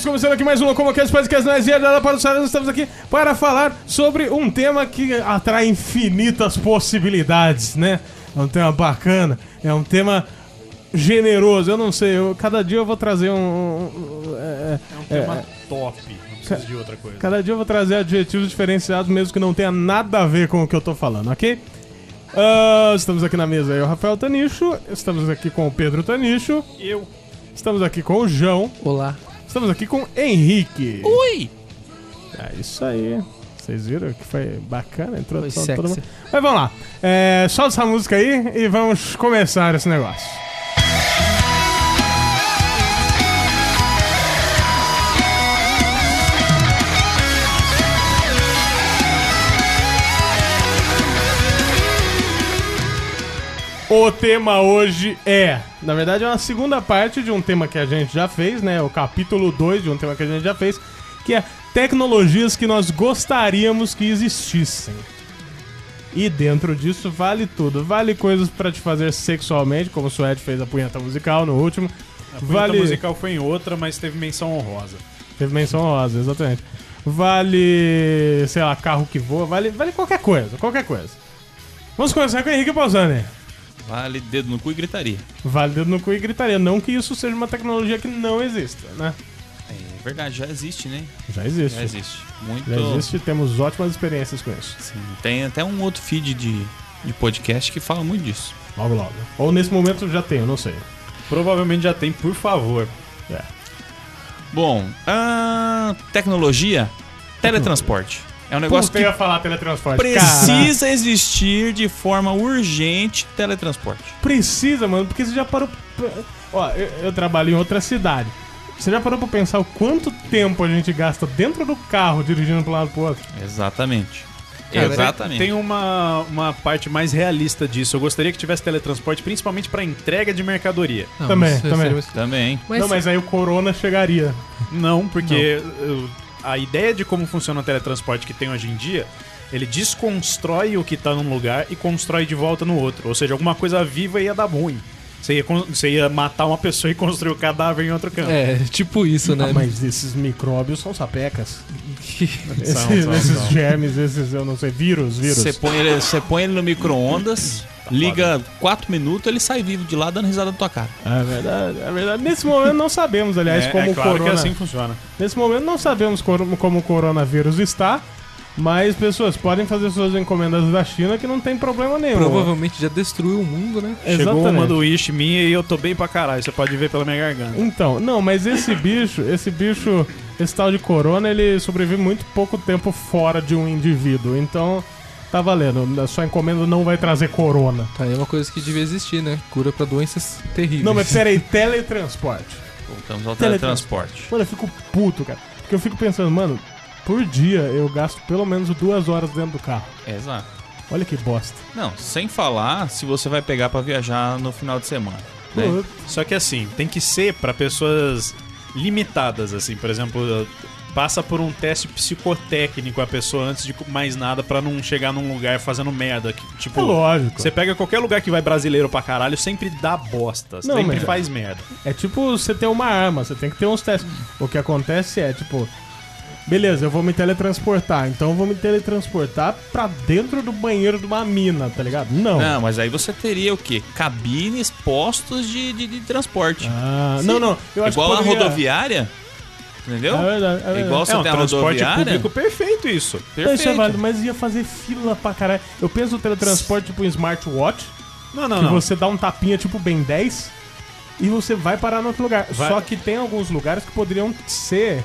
começando aqui mais um Locomocast Podcast na Zé, nada para o Sarana. Estamos aqui para falar sobre um tema que atrai infinitas possibilidades, né? É um tema bacana, é um tema generoso. Eu não sei, eu- cada dia eu vou trazer um. um- um- é, É um é, tema top. Não precisa de outra coisa. Cada dia eu vou trazer adjetivos diferenciados, mesmo que não tenha nada a ver com o que eu tô falando, ok? Ah, estamos aqui na mesa eu, Rafael Tanicho. Estamos aqui com o Pedro Tanicho. Eu. Estamos aqui com o João. Olá. Estamos aqui com o Henrique. Ui! É isso aí. Vocês viram que foi bacana a introdução Foi de todo mundo. sexy. Mas vamos lá. É, solta essa música aí e vamos começar esse negócio. O tema hoje é, na verdade, é uma segunda parte de um tema que a gente já fez, né? O capítulo 2 de um tema que a gente já fez, que é tecnologias que nós gostaríamos que existissem. E dentro disso vale tudo. Vale coisas pra te fazer sexualmente, como o Suede fez a punheta musical no último. A Vale- vale... musical foi em outra, mas teve menção honrosa. Teve menção rosa, exatamente. Vale, sei lá, carro que voa, vale, vale qualquer coisa, qualquer coisa. Vamos começar com o Henrique Pausani. Vale dedo no cu e gritaria. Vale dedo no cu e gritaria. Não que isso seja uma tecnologia que não exista, né? É verdade, já existe, né? Já existe. Já existe. Muito. Já existe, temos ótimas experiências com isso. Sim, tem até um outro feed de, de podcast que fala muito disso. Logo, logo. Ou nesse momento já tem, eu não sei. Provavelmente já tem, por favor. Bom, a tecnologia, teletransporte. É um negócio Puta, que eu ia falar teletransporte. Cara, precisa existir de forma urgente teletransporte. precisa, mano, porque você já parou. pra- Ó, eu, eu trabalho em outra cidade. Você já parou pra pensar o quanto tempo a gente gasta dentro do carro dirigindo pra um lado pro outro? Exatamente. Cara, É, Exatamente. Tem um uma, uma parte mais realista disso. Eu gostaria que tivesse teletransporte, principalmente pra entrega de mercadoria. Não, Também, isso é também. seria- Também. Mas, Não, mas aí o corona chegaria. Não, porque eu- a ideia de como funciona o teletransporte que tem hoje em dia, ele desconstrói o que tá num lugar e constrói de volta no outro. Ou seja, alguma coisa viva ia dar ruim. Você ia, con- você ia matar uma pessoa e construir o cadáver em outro canto. É, tipo isso, né? Ah, mas esses micróbios são sapecas. Então, Esses, são, esses são. germes, esses, eu não sei, vírus, vírus. Você põe ele, você põe ele no micro-ondas, liga 4 minutos, ele sai vivo de lá dando risada na tua cara. É verdade, é verdade. Nesse momento não sabemos, aliás, como é o claro corona. que assim funciona. Nesse momento não sabemos cor- como o coronavírus está, mas pessoas podem fazer suas encomendas da China que não tem problema nenhum. Provavelmente já destruiu o mundo, né? Chegou Exatamente. uma do Wish minha e eu tô bem pra caralho. Você pode ver pela minha garganta. Então, não, mas esse bicho, esse bicho, esse tal de corona, ele sobrevive muito pouco tempo fora de um indivíduo. Então, tá valendo. A sua encomenda não vai trazer corona. Tá, é uma coisa que devia existir, né? Cura pra doenças terríveis. Não, mas peraí, teletransporte. Voltamos ao Teletransporte. teletransporte. Mano, eu fico puto, cara. Porque eu fico pensando, mano, por dia eu gasto pelo menos duas horas dentro do carro. Exato. Olha que bosta. Não, sem falar se você vai pegar pra viajar no final de semana. né? Pô, Só que assim, tem que ser pra pessoas limitadas, assim. Por exemplo, passa por um teste psicotécnico a pessoa antes de mais nada pra não chegar num lugar fazendo merda. que, tipo, é lógico. você pega qualquer lugar que vai brasileiro pra caralho, sempre dá bosta. Não, sempre mas- faz merda. É tipo você ter uma arma, você tem que ter uns testes. O que acontece é, tipo, beleza, eu vou me teletransportar, então eu vou me teletransportar pra dentro do banheiro de uma mina, tá ligado? Não. Não, mas aí você teria o quê? Cabines, postos de, de, de transporte. Ah, não, não. Eu acho É Igual que a poderia- rodoviária. Entendeu? É verdade, é verdade. Igual você é um tem a transporte rodoviária. público perfeito isso. Não, Perfeito. Isso é válido, mas ia fazer fila pra caralho. Eu penso no teletransporte tipo um smartwatch, Não, Ah, não, que não. você dá um tapinha tipo Ben 10 e você vai parar no outro lugar. Vai. Só que tem alguns lugares que poderiam ser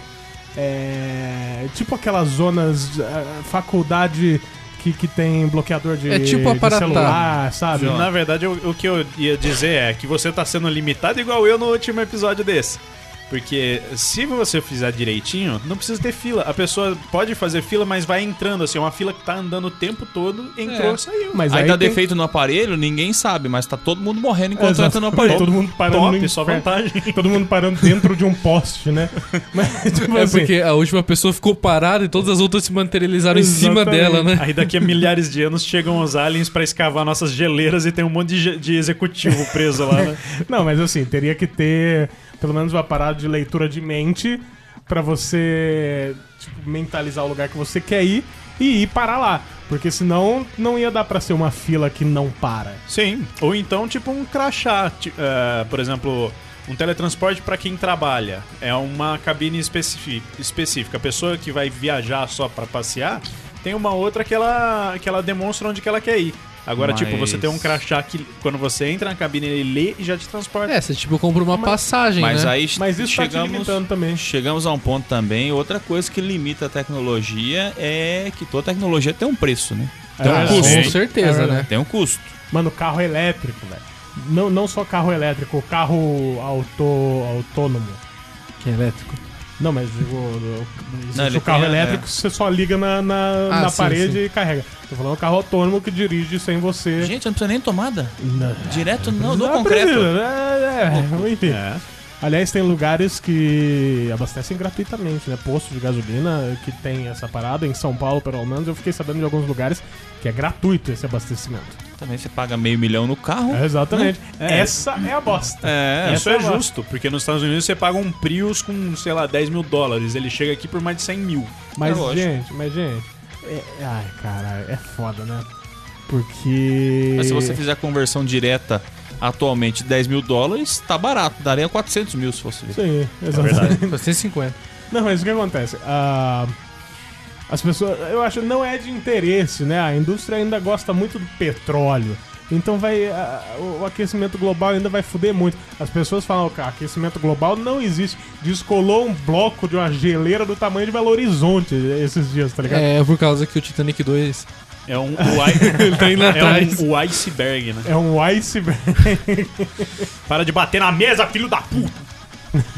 é, tipo aquelas zonas ah, faculdade que, que tem bloqueador de, É tipo de Aparatá. celular, sabe? Na verdade, o, o que eu ia dizer é que você tá sendo limitado igual eu no último episódio desse. Porque se você fizer direitinho, não precisa ter fila. A pessoa pode fazer fila, mas vai entrando, assim, é uma fila que tá andando o tempo todo, entrou, É. saiu. Mas Aí, dá tem- defeito no aparelho, ninguém sabe, mas tá todo mundo morrendo enquanto Exato. entra no aparelho. Todo mundo parando no Top, é só inferno. vantagem. Todo mundo parando dentro de um poste, né? Mas, tipo É assim, porque a última pessoa ficou parada e todas as outras se materializaram em cima Exatamente. dela, né? Aí daqui a milhares de anos chegam os aliens pra escavar nossas geleiras e tem um monte de, ge- de executivo preso lá, né? Não, mas assim, teria que ter pelo menos uma parada de leitura de mente pra você tipo, mentalizar o lugar que você quer ir e ir para lá. Porque senão não ia dar pra ser uma fila que não para. Sim, ou então tipo um crachá, ti- eh, por exemplo, um teletransporte para quem trabalha. É uma cabine especifi- específica. A pessoa que vai viajar só para passear tem uma outra que ela, que ela demonstra onde que ela quer ir. Agora, tipo, você Mas- tem um crachá que quando você entra na cabine ele lê e já te transporta. É, você tipo compra uma passagem, Mas né? aí Mas isso tá te chegamos, limitando também. chegamos a um ponto também. Outra coisa que limita a tecnologia é que toda tecnologia tem um preço, né? Tem É, um Tá, Com sim. custo. certeza, É né? Tem um custo. Mano, carro elétrico, velho. Não, não só carro elétrico, carro auto, autônomo. Que elétrico. Não, mas digo, o- existe Não, ele o carro tem a- elétrico, você só liga na, na, Ah, na sim, parede sim. e carrega. Tô falando carro autônomo que dirige sem você. Gente, não precisa nem tomada. Não. Direto no, no Não concreto. Ah, precisa, né? É, enfim. Aliás, tem lugares que abastecem gratuitamente, né? Posto de gasolina que tem essa parada. Em São Paulo, pelo menos, eu fiquei sabendo de alguns lugares que é gratuito esse abastecimento. Também você paga meio milhão no carro. É, exatamente. Essa é a bosta. É, Essa Isso é é uma- justo, porque nos Estados Unidos você paga um Prius com, sei lá, 10 mil dólares. Ele chega aqui por mais de 100 mil. Mas, É lógico. gente, mas, gente... é- ai, caralho, é foda, né? Porque... Mas se você fizer a conversão direta atualmente 10 mil dólares, tá barato. Daria 400 mil se fosse ver. Sim, exatamente. verdade. Foi é 150. Não, mas o que acontece? Ah, as pessoas. Eu acho não é de interesse, né? A indústria ainda gosta muito do petróleo. Então vai. ah, o, o aquecimento global ainda vai foder muito. As pessoas falam que aquecimento global não existe. Descolou um bloco de uma geleira do tamanho de Belo Horizonte esses dias, tá ligado? É. É, por causa que o Titanic 2 É um, o, i- ele tá indo é atrás. um o iceberg, né? um iceberg. Para de bater na mesa, filho da puta!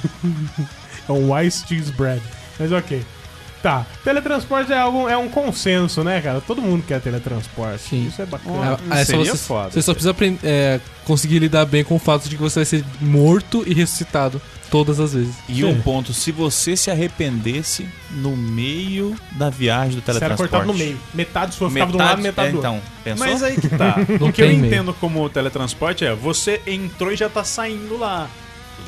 É um ice cheese bread. Mas ok. Tá. Teletransporte é, algo, é um consenso, né, cara? Todo mundo quer teletransporte. Sim. Isso é bacana. Ah, aí só seria você, foda. você só precisa aprend- é, conseguir lidar bem com o fato de que você vai ser morto e ressuscitado todas as vezes. E um ponto, se você se arrependesse no meio da viagem do Você era teletransporte. cortado no meio. Metade sua Metade, ficava do lado, metade é, do outro. então, pensou? Mas aí que tá. Não o que eu tem meio. entendo como teletransporte é você entrou e já tá saindo lá.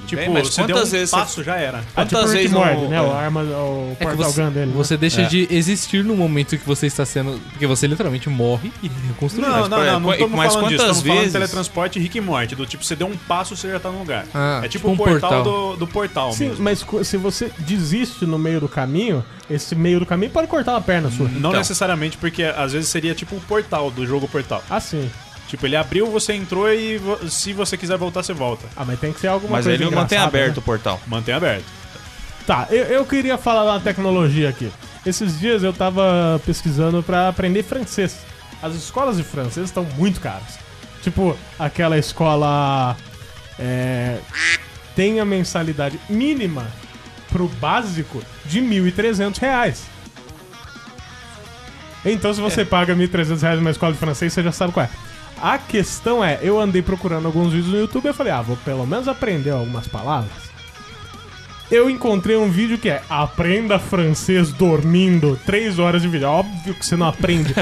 Tipo, bem, mas você deu um quantas vezes passo, já era. É tipo o Quantas Rick vezes Morty, não- né? O é. arma, o É que portal você, gun dele. né? você deixa É. de existir no momento que você está sendo. Porque você literalmente morre e reconstrui. Não, não, por- não, não mas estamos quantas falando disso. Estamos falando de vezes- teletransporte Rick e Morty. Do tipo, você deu um passo, você já tá no lugar. Ah, é tipo tipo o um portal, portal. Do, do portal Sim, mesmo. mas co- se você desiste no meio do caminho, esse meio do caminho pode cortar uma perna sua. Não Então. necessariamente, porque às vezes seria tipo o portal do jogo portal. Ah, sim. Tipo, ele abriu, você entrou e vo- se você quiser voltar, você volta. Ah, mas tem que ser alguma Mas coisa ele mantém engraçada, aberto né? o portal. Mantém aberto. Tá, eu, eu queria falar da tecnologia aqui. Esses dias eu tava pesquisando pra aprender francês. As escolas de francês estão muito caras. Tipo, aquela escola... É, tem a mensalidade mínima pro básico de 1.300 reais. Então, se É. você paga 1.300 reais numa escola de francês, você já sabe qual é. A questão é, eu andei procurando alguns vídeos no YouTube e eu falei, ah, vou pelo menos aprender algumas palavras. Eu encontrei um vídeo que é Aprenda francês dormindo. Três horas de vídeo. Óbvio que você não aprende.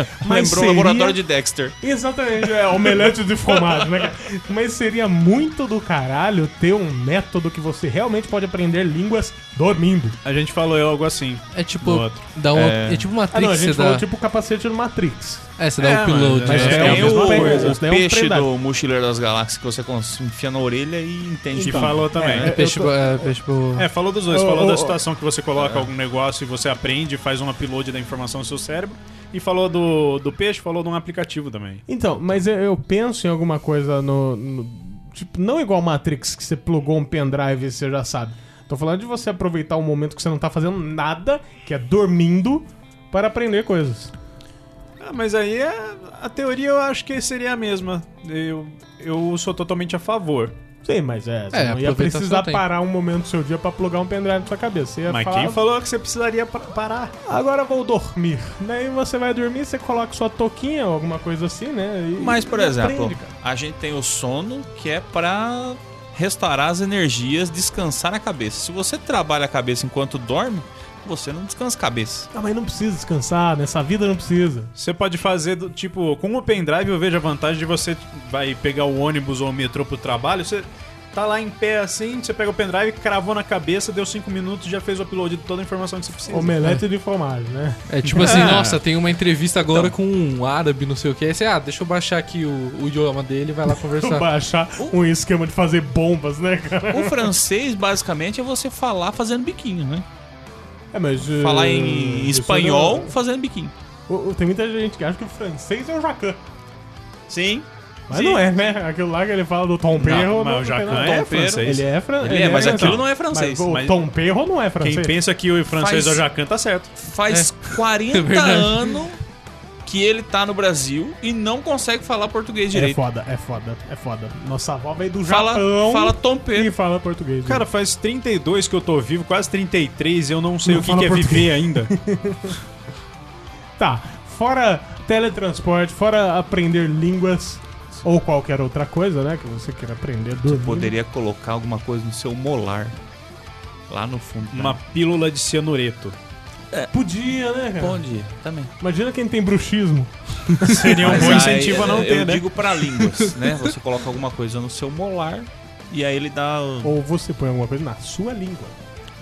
Lembrou mas seria- o laboratório de Dexter. Exatamente, é omelete de fromage, né? cara? Mas seria muito do caralho ter um método que você realmente pode aprender línguas dormindo. A gente falou algo assim. É tipo. No outro. Dá uma, É. é... tipo uma Ah, não, a trix, gente você falou dá. tipo o capacete do Matrix. É, você dá É, um upload. mas- né? mas Tem é a o, mesma coisa, o isso daí é um peixe trindade. do Mochileiro das Galáxias que você cons- enfia na orelha e entende. Que tudo. falou também. é, Peixe, eu tô- é, peixe bo- É, falou dos dois. Ô, falou ô, da ô. situação que você coloca algum negócio e você aprende, faz um upload da informação no seu cérebro. E falou do, do peixe, falou de um aplicativo também. Então, mas eu, eu penso em alguma coisa no, no- Tipo, não igual Matrix, que você plugou um pendrive e você já sabe. Tô falando de você aproveitar um momento que você não tá fazendo nada, que é dormindo, para aprender coisas. Ah, mas aí é- a teoria eu acho que seria a mesma. Eu, eu sou totalmente a favor. Sim, mas é, você É, não ia aproveitar precisar seu tempo. parar um momento do seu dia pra plugar um pendrive na sua cabeça. Você ia Mas falar, quem falou que você precisaria pa- parar? Agora vou dormir. Daí você vai dormir, você coloca sua touquinha ou alguma coisa assim, né? E- Mas, por e exemplo, aprende, cara. a gente tem o sono que é pra restaurar as energias, descansar a cabeça. Se você trabalha a cabeça enquanto dorme, você não descansa a cabeça. Ah, mas não precisa descansar, nessa vida não precisa. Você pode fazer, do, tipo, com o pendrive eu vejo a vantagem de você vai pegar o ônibus ou o metrô pro trabalho, você Tá lá em pé assim, você pega o pendrive, cravou na cabeça, deu 5 minutos, já fez o upload de toda a informação que você precisa. Omelete de fromage, né? É tipo assim, É. nossa, tem uma entrevista agora com um árabe, não sei o que. Aí você, ah, deixa eu baixar aqui o, o idioma dele e vai lá conversar. Baixar um esquema de fazer bombas, né, cara? O francês, basicamente, é você falar fazendo biquinho, né? É, mas, eh, Falar em isso espanhol não- fazendo biquinho. O- o- Tem muita gente que acha que o francês é o Jacan. Sim. Mas Sim. não é, né? Aquilo lá que ele fala do Tom Perro. mas o Jacan Tom é Perro, francês. Ele é francês. Ele é, mas aquilo não é francês, o mas- Tom Perro não é francês. Quem pensa que o francês Faz- é o Jacan tá certo. Faz É. 40 verdade. anos que ele tá no Brasil e não consegue falar português É direito. foda, é foda, é foda. Nossa avó veio do fala, Japão fala Tom e Pedro. fala português. Cara, faz 32 que eu tô vivo, quase 33 e eu não sei Não o que, fala que é viver ainda. Tá, fora teletransporte, fora aprender línguas ou qualquer outra coisa, né? Que você queira aprender dormindo. Uhum. Poderia colocar alguma coisa no seu molar. Lá no fundo. Uma pílula de cianureto. Podia, né, cara? Responde também. Imagina quem tem bruxismo. Seria um Mas bom aí, incentivo a não eu ter, né? digo pra línguas, né? Você coloca alguma coisa no seu molar e aí ele dá o- Ou você põe alguma coisa na sua língua.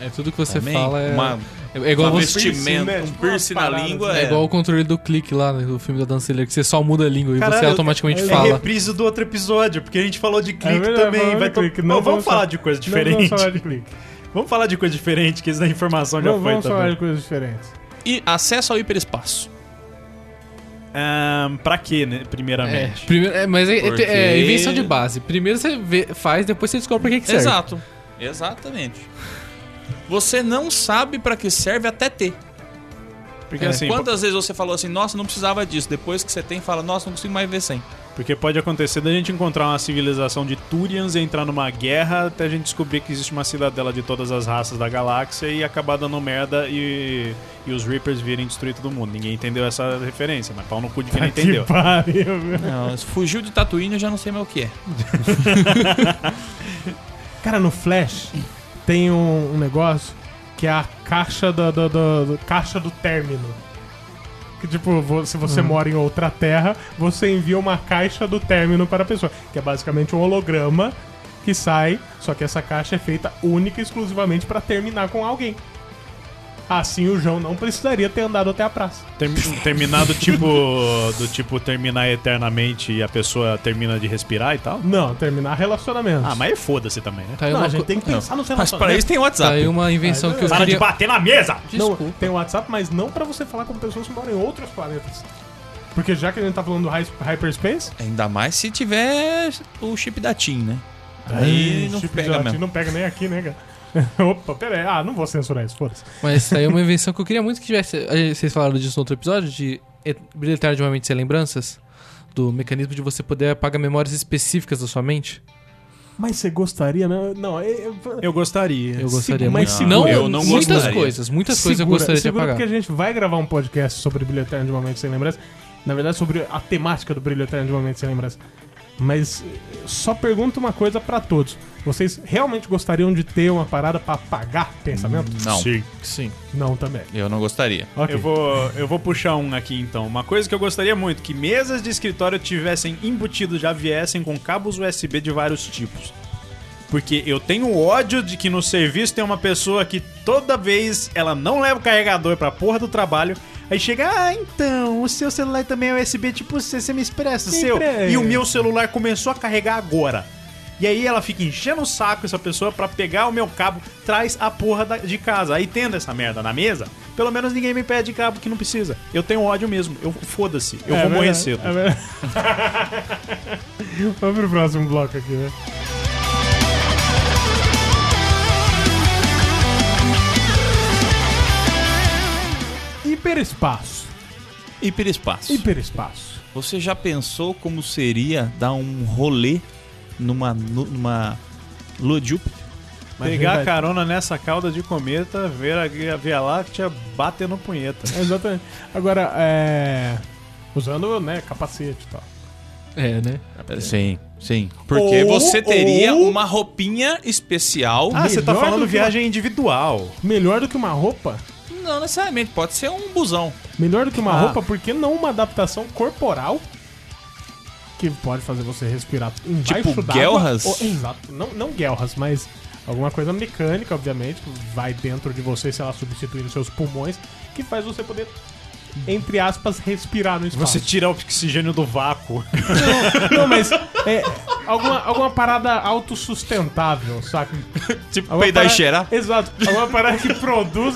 É tudo que você também fala é. uma, é igual um você- vestimento, né? um Tipo piercing umas na paradas, língua. né? É igual o controle do clique lá né, do filme da Dancelha, que você só muda a língua e você Caralho, automaticamente é- fala. reprise do outro episódio, porque a gente É falou de verdade, falamos de clique, não Bom, vamos vamos falar falar- de coisa Não Vamos diferente. falar de clique. Vamos falar de coisa diferente, que isso da informação já Não foi vamos falar também. de coisas diferentes. E acesso ao hiperespaço. Ahn, pra quê, né? É, Primeiramente. primeiro, é, mas é, é- Porque- é invenção de base. Primeiro você vê- faz, depois você descobre pra que, que serve. Exato. Exatamente. Você não sabe pra que serve até ter. Porque É. assim, Quantas vezes você falou assim, nossa, não precisava disso. Depois que você tem, fala, nossa, não consigo mais ver sem. porque pode acontecer da gente encontrar uma civilização de Turians, entrar numa guerra, até a gente descobrir que existe uma cidadela de todas as raças da galáxia e acabar dando merda e, e os Reapers virem destruir todo mundo. Ninguém entendeu essa referência, mas pau no cu de quem não entendeu. Tá Que pariu, meu. Não, se fugiu de Tatooine, eu já não sei mais o que é. Cara, no Flash tem um, um negócio que é a caixa do, do, do- do- caixa do término. Que tipo, vo- se você mora em outra terra, você envia uma caixa do término para a pessoa, que é basicamente um holograma que sai, só que essa caixa é feita única e exclusivamente para terminar com alguém. Assim o João não precisaria ter andado até a praça. Term- terminar do tipo. Do tipo terminar eternamente e a pessoa termina de respirar e tal? Não, terminar relacionamentos. Ah, mas é foda-se também, né? Tá aí Não, uma, a gente co- tem que pensar Mas nos pra relacionamentos. isso tem tá WhatsApp. aí uma invenção Mas que eu Para de queria... bater na mesa! Não, Desculpa. tem o WhatsApp, mas não pra você falar com pessoas que moram em outros planetas. Porque já que a gente tá falando do hy- hyperspace, Ainda mais se tiver o chip da TIM, né? É, Aí não chip de pega gelatina mesmo. tipo, não pega nem aqui, né, cara? Opa, pera aí. Ah, não vou censurar isso, foda-se. Mas tá aí uma invenção que eu queria muito que tivesse... eh, Vocês falaram disso no outro episódio, de et- deletar de uma mente sem lembranças? Do mecanismo de você poder apagar memórias específicas da sua mente? Mas você gostaria, né? Não, é- é- Eu gostaria. Eu gostaria mas muito. segura. não, Eu não muitas gostaria. coisas, muitas coisas eu segura, gostaria de segura apagar. porque a gente vai gravar um podcast sobre Brilho Eterno de uma Mente Sem Lembrança. Na verdade, sobre a temática do Brilho Eterno de uma Mente Sem Lembrança. Mas eh, só pergunto uma coisa pra todos. Vocês realmente gostariam de ter uma parada pra apagar pensamento? Não, Sim. Sim. Não também. eu não gostaria. Ok. Eu vou, eu vou puxar um aqui então. Uma coisa que eu gostaria muito, que mesas de escritório tivessem embutidos, já viessem com cabos USB de vários tipos. Porque eu tenho ódio de que no serviço tem uma pessoa que toda vez ela não leva o carregador pra porra do trabalho. Aí chega, ah, então, o seu celular também é USB tipo C, você me expressa o Me seu. empresta. E o meu celular começou a carregar agora. E aí ela fica enchendo o saco essa pessoa pra pegar o meu cabo, traz a porra da- de casa. Aí tendo essa merda na mesa, pelo menos ninguém me pede cabo que não precisa. Eu tenho ódio mesmo. Eu foda-se. Eu É vou morrer verdade, cedo. é verdade. Vamos pro próximo bloco aqui, né? Hiperespaço. Hiperespaço. Hiperespaço. Você já pensou como seria dar um rolê numa, nu- numa lua de Júpiter? Mas Pegar verdade. a carona nessa cauda de cometa, ver a Via- Via Láctea batendo punheta. Exatamente. Agora, é. Usando, né, capacete e tal. É, né? Sim, sim. Porque Ou- você teria ou- uma roupinha especial. Ah, você tá Melhor do falando que viagem individual. Melhor do que uma roupa? Não necessariamente, pode ser um busão. Melhor do que uma Ah. roupa, por que não uma adaptação corporal? que pode fazer você respirar um Tipo baixo d'água, guelras? ou- exato. Não, não guelras, mas alguma coisa mecânica, obviamente, que vai dentro de você, sei lá, substituindo seus pulmões, que faz você poder, entre aspas, respirar no espaço. Você tira o oxigênio do vácuo. Não, mas é, alguma, alguma parada autossustentável, saca? Tipo, Alguma peidar e parada- cheirar. Exato. Alguma parada que produz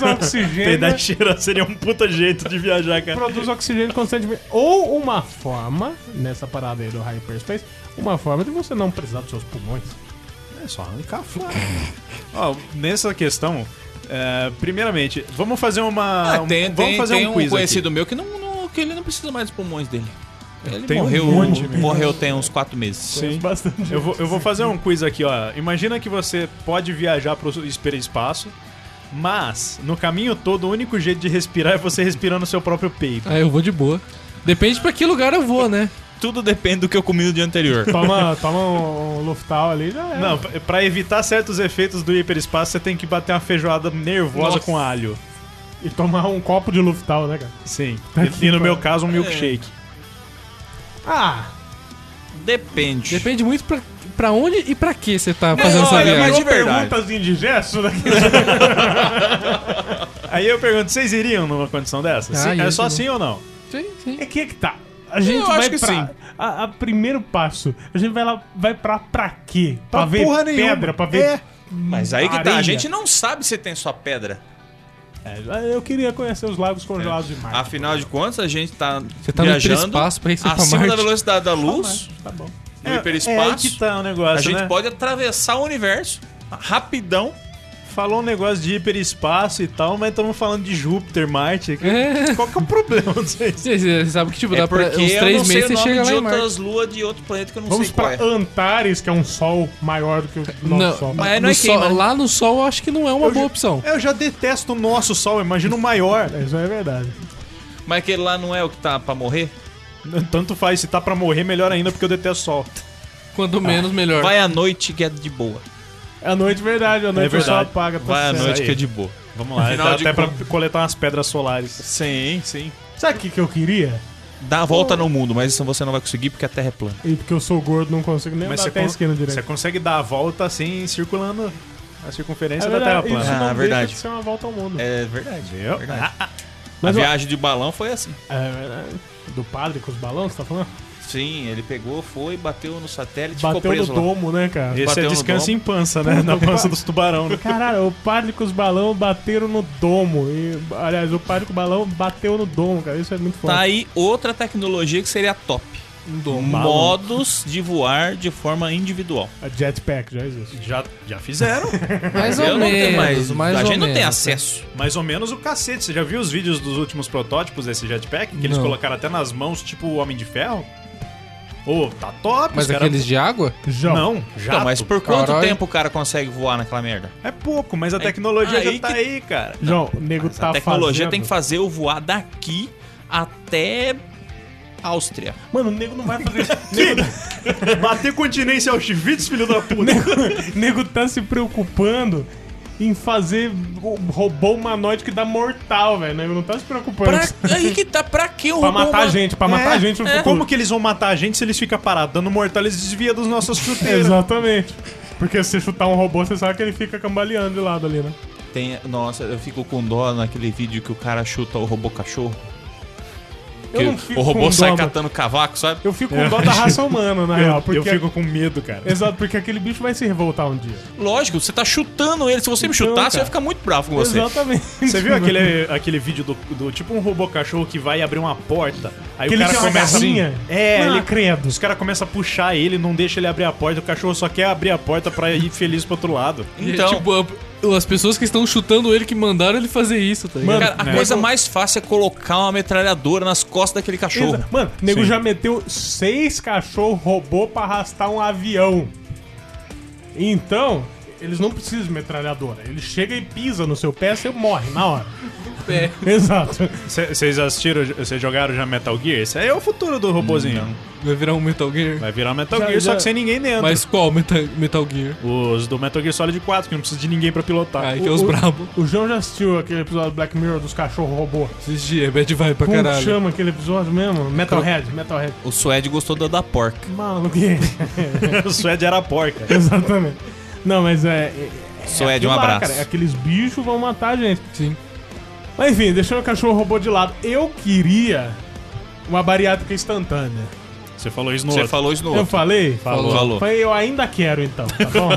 oxigênio. Peidar e cheirar seria um puta jeito de viajar, cara. produz oxigênio constantemente. Ou uma forma, nessa parada aí do hyperspace, uma forma de você não precisar dos seus pulmões. É só arrancar fora. Ó, nessa questão, é, primeiramente, vamos fazer uma. Ah, tem, um, tem, vamos fazer tem um um, quiz. conhecido meu que não, não- que ele não precisa mais dos pulmões dele. Ele Tem um morreu, monte mesmo. morreu tem uns quatro meses. Aqui. Sim. Bastante. Eu vou, eu vou fazer um quiz aqui, ó. Imagina que você pode viajar pro hiperespaço, mas no caminho todo o único jeito de respirar é você respirando o seu próprio peito. Ah, eu vou de boa. Depende pra que lugar eu vou, né? Tudo depende do que eu comi no dia anterior. Toma, toma um Luftal ali, já é. Não, pra- pra evitar certos efeitos do hiperespaço, você tem que bater uma feijoada nervosa Nossa. com alho. E tomar um copo de Luftal, né, cara? Sim. E, e no meu caso, um milkshake. Ah, Depende. Depende muito pra, pra onde e pra que você tá Não, fazendo essa olha, mas de viagem. verdade. perguntas indigestas né? daqui. Aí eu pergunto, vocês iriam numa condição dessa? Ah, Sim, é isso, só né? sim ou não? Sim, sim. É que é que tá. A gente Eu vai acho que pra. sim. A, a primeiro passo, a gente vai lá, vai pra pra quê? Pra, Pra ver porra pedra, nenhuma. pra ver. É. Mas aí que tá, a areia. gente não sabe se tem só pedra. É, Eu queria conhecer os lagos congelados de Marte. É. Afinal de contas, a gente tá Você tá no viajando hiperespaço pra ir pra acima da Marte. velocidade da luz, Tá bom. no É, É aí hiperespaço. que tá o a negócio, gente né? pode atravessar o universo rapidão. Falou um negócio de hiperespaço e tal, mas estamos falando de Júpiter, Marte. É. Qual que é o problema disso? Você- Você sabe que, tipo, é dá pra porque uns eu não três sei meses o você nome chega lá de em Marte. outras luas de outro planeta que eu não Vamos sei qual pra é. Antares, que é um sol maior do que o nosso sol. Não, Mas não no é sol- queima, né? lá no sol eu acho que não é uma Eu boa ju- opção. Eu já detesto o nosso Sol, imagina o maior. Isso é verdade. Mas aquele lá não é o que tá pra morrer? Tanto faz, se tá pra morrer, melhor ainda, porque eu detesto o Sol. Quanto menos, melhor. Ah. Vai à noite que é de boa. É a noite verdade, a noite o sol verdade. apaga. tá É Vai à certo. noite aí. que é de boa. Vamos lá, Afinal dá de até pra contas- coletar umas pedras solares. Sim, sim. Sabe o que, que eu queria? Dá a volta no mundo, mas isso você não vai conseguir porque a Terra é plana. E porque eu sou gordo, não consigo nem Mas andar você, até a con- esquina direito. É você consegue dar a volta assim, circulando a circunferência É da Terra verdade, plana. isso Ah, não verdade. deixa de ser uma volta ao mundo. É verdade. Viu? verdade. Ah, Mas, a ó, viagem de balão foi assim. é verdade. Do padre com os balões, tá falando? Sim, ele pegou, foi, bateu no satélite, ficou Bateu no preso lá. domo, né, cara? Esse Bateu é no descanso domo. em pança, né? Na pança dos tubarão. né? Caralho, o padre com os balão bateram no domo. E, aliás, o padre com o balão bateu no domo, cara. Isso é muito foda. Tá aí outra tecnologia que seria top. Um Modos de voar de forma individual. A jetpack já existe. Já, já fizeram. Mais Eu ou não tenho mais. menos, mais a ou gente não tem menos. né? acesso. Mais ou menos o cacete. Você já viu os vídeos dos últimos protótipos desse jetpack? Que eles Não. colocaram até nas mãos, tipo o Homem de Ferro? Ô, tá top, Mas os cara- aqueles de água? Já. Não, já. Então, mas por quanto Caralho. tempo o cara consegue voar naquela merda? É pouco, mas a tecnologia aí já tá que- aí, cara. João, o nego Mas tá a tecnologia fazendo... tem que fazer eu voar daqui até Áustria. Mano, o nego não vai fazer isso. nego, Bater continência Auschwitz, filho da puta. nego, nego tá se preocupando em fazer o robô humanoide que dá mortal, velho. O nego não tá se preocupando Pra, aí que tá, pra que o pra robô matar vai- a gente, pra matar a gente no É. futuro. Como que eles vão matar a gente se eles ficam parados? Dando mortal, eles desviam dos nossos chuteiros. Exatamente. Porque se você chutar um robô, você sabe que ele fica cambaleando de lado ali, né? Tem, nossa, eu fico com dó naquele vídeo que o cara chuta o robô cachorro. Eu Que não fico o com robô dó, sai mano. catando cavaco, sabe? Eu fico com dó da raça humana, na real. É. Eu, É, Porque... eu fico com medo, cara. Exato, porque aquele bicho vai se revoltar um dia. Lógico, você tá chutando ele. Se você me Então, chutar, você cara. vai ficar muito bravo com você. Exatamente. Você viu aquele, aquele vídeo do, do tipo um robô cachorro que vai abrir uma porta? Aí Que ele o tem cara uma começa. garrinha? É, Ah, ele credo. Os caras começam a puxar ele, não deixa ele abrir a porta, o cachorro só quer abrir a porta pra ir feliz pro outro lado. Então, Tipo, a- as pessoas que estão chutando ele que mandaram ele fazer isso, tá ligado? Mano, cara, a né? coisa mais fácil é colocar uma metralhadora nas costas daquele cachorro. Exa- Mano, o nego Sim. já meteu seis cachorros robô pra arrastar um avião. Então, eles não precisam de metralhadora. Ele chega e pisa no seu pé, você morre na hora. É. Exato. Vocês assistiram, vocês jogaram já Metal Gear? Esse aí é o futuro do robozinho. Vai virar um Metal Gear. Vai virar Metal Já- Gear, é- já- só que sem ninguém dentro. Mas qual Metal, Metal Gear? Os do Metal Gear Solid 4, que não precisa de ninguém pra pilotar. Ah, Ai, que é os o- brabo. O João já assistiu aquele episódio do Black Mirror dos cachorros robô. Esses dias, é bad vibe pra Como que caralho. chama aquele episódio mesmo? Metalhead, Metalhead. O Suede gostou da da porca. Maluco. o Suede era porca. Exatamente. Não, mas é. é- é Suede, um aquilo lá, abraço. cara. Aqueles bichos vão matar a gente. Sim. Mas enfim, deixando o cachorro robô de lado, eu queria uma bariátrica instantânea. Você falou isso no Você outro. falei falou isso no Eu outro. falei? Falou. Falei, eu ainda quero então, tá bom?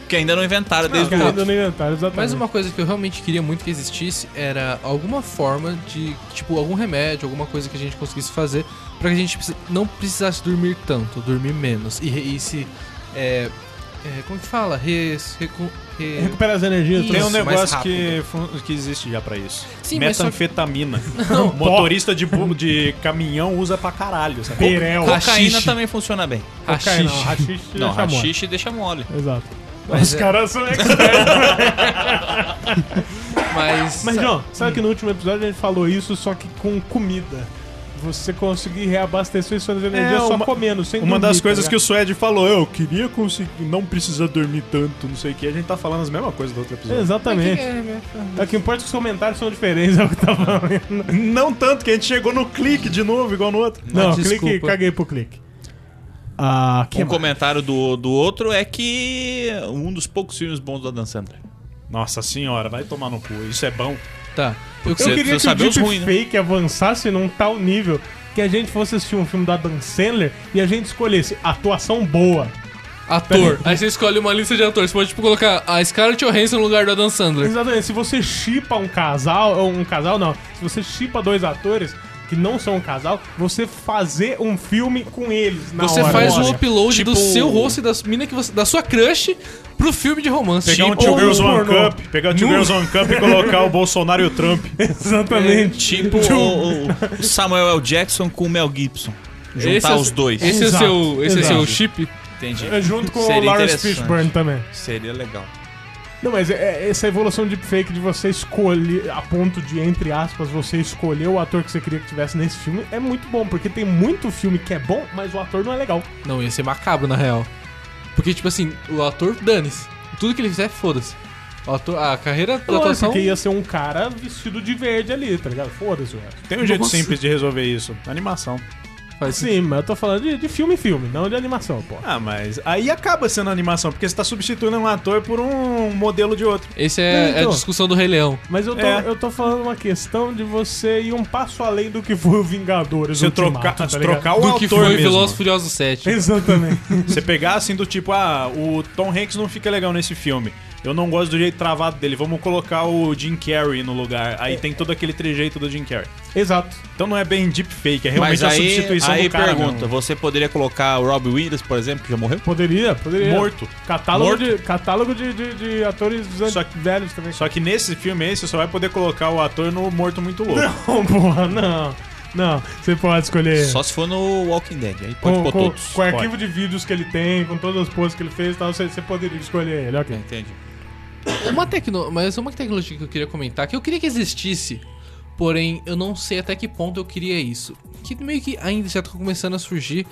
Porque ainda não inventaram desde Porque o outro. ainda não inventaram, exatamente. Mas uma coisa que eu realmente queria muito que existisse era alguma forma de, tipo, algum remédio, alguma coisa que a gente conseguisse fazer pra que a gente precis- não precisasse dormir tanto, dormir menos. E, re- e se. É, é, como que fala? Re, recu- re- Recupera as energias. Isso. Tem um mais negócio rápido. que, fun- que existe já pra isso. Sim, mas só que- Metanfetamina. Motorista de, bu- de caminhão usa pra caralho, sabe? Pirel. Rachixe. Cocaína também funciona bem. Cocaína, não, Rachixe. rachixe Não, já chamou. rachixe deixa mole. Exato. Mas Os é- caras são expertos. Mas. Mas, João, sabe que no último episódio a gente falou isso, só que com comida. Você conseguir reabastecer suas energias É, só uma- comendo, sem Uma dormir, das tá coisas que ligado? o Suede falou, eu queria conseguir, não precisar dormir tanto, não sei o que, a gente tá falando as mesmas coisas do outro episódio. Exatamente. É, o que importa é que os comentários são diferentes, é o que Ah, tá valendo. Não tanto que a gente chegou no clique de novo, igual no outro. Não, desculpa. clique, caguei pro clique. Ah, que um comentário do, do outro é que um dos poucos filmes bons do Adam Sandler. Nossa senhora, vai tomar no cu, isso é bom. Tá. Eu Eu Você queria que precisa o saber os ruins, né? deepfake avançasse num tal nível que a gente fosse assistir um filme do Adam Sandler e a gente escolhesse atuação boa. Ator. Aí você escolhe uma lista de atores. Você pode, tipo, colocar a Scarlett Johansson no lugar do Adam Sandler. Exatamente, se você chipa um casal, ou um casal não, se você chipa dois atores que não são um casal, você fazer um filme com eles na Você hora. faz um Olha, upload do Tipo- seu rosto e das mina que você, da sua crush pro filme de romance. Pegar um Tipo Two Girls um One pornô. Cup, pegar o Two Girls One Cup e colocar o Bolsonaro e o Trump. Exatamente. um Tipo o, o Samuel L. Jackson com o Mel Gibson. Juntar Esse é o- os dois. Esse Exato, é o seu, esse é exato. seu chip? Entendi. É, Junto com o Seria Lawrence interessante. Fishburne tá? também. Seria legal. Não, mas é- é essa evolução de fake de você escolher, a ponto de, entre aspas, você escolher o ator que você queria que tivesse nesse filme, é muito bom, porque tem muito filme que é bom, mas o ator não é legal. Não, ia ser macabro na real. Porque, tipo assim, o ator dane-se. Tudo que ele fizer, foda-se. O ator- A carreira da Lógico, atuação. Porque ia ser um cara vestido de verde ali, tá ligado? Foda-se o resto. Tem um jeito Nossa. simples de resolver isso, animação. Faz Sim, mas eu tô falando de, de filme em filme, não de animação, pô. Ah, mas aí acaba sendo animação, porque você tá substituindo um ator por um modelo de outro. Esse é, Não, é a então. discussão do Rei Leão. Mas eu tô, É. eu tô falando uma questão de você ir um passo além do que foi o Vingadores Você Ultimato, trocar, tá ligado? trocar o Do autor que foi mesmo. Veloz e Furioso 7. Exatamente. Você pegar assim do tipo, ah, o Tom Hanks não fica legal nesse filme. Eu não gosto do jeito travado dele. Vamos colocar o Jim Carrey no lugar. Aí tem todo aquele trejeito do Jim Carrey. Exato. Então não é bem deep fake, é Mas realmente aí, a substituição aí do é um cara. pergunta, mesmo. você poderia colocar o Rob Williams, por exemplo, que já morreu? Poderia, poderia. Morto. Catálogo, Morto. De, catálogo de, de, de atores dos Só anos velhos também. Só que nesse filme aí você só vai poder colocar o ator no Morto Muito Louco. Não, porra, não. Não, você pode escolher. Só se for no Walking Dead, aí pode É. com, pôr com, todos. com o arquivo de vídeos que ele tem, com todas as poses que ele fez e tal, você, você poderia escolher ele, ok. Entendi. Uma tecno... Mas uma tecnologia que eu queria comentar, que eu queria que existisse, porém eu não sei até que ponto eu queria isso. Que meio que ainda já tá começando a surgir,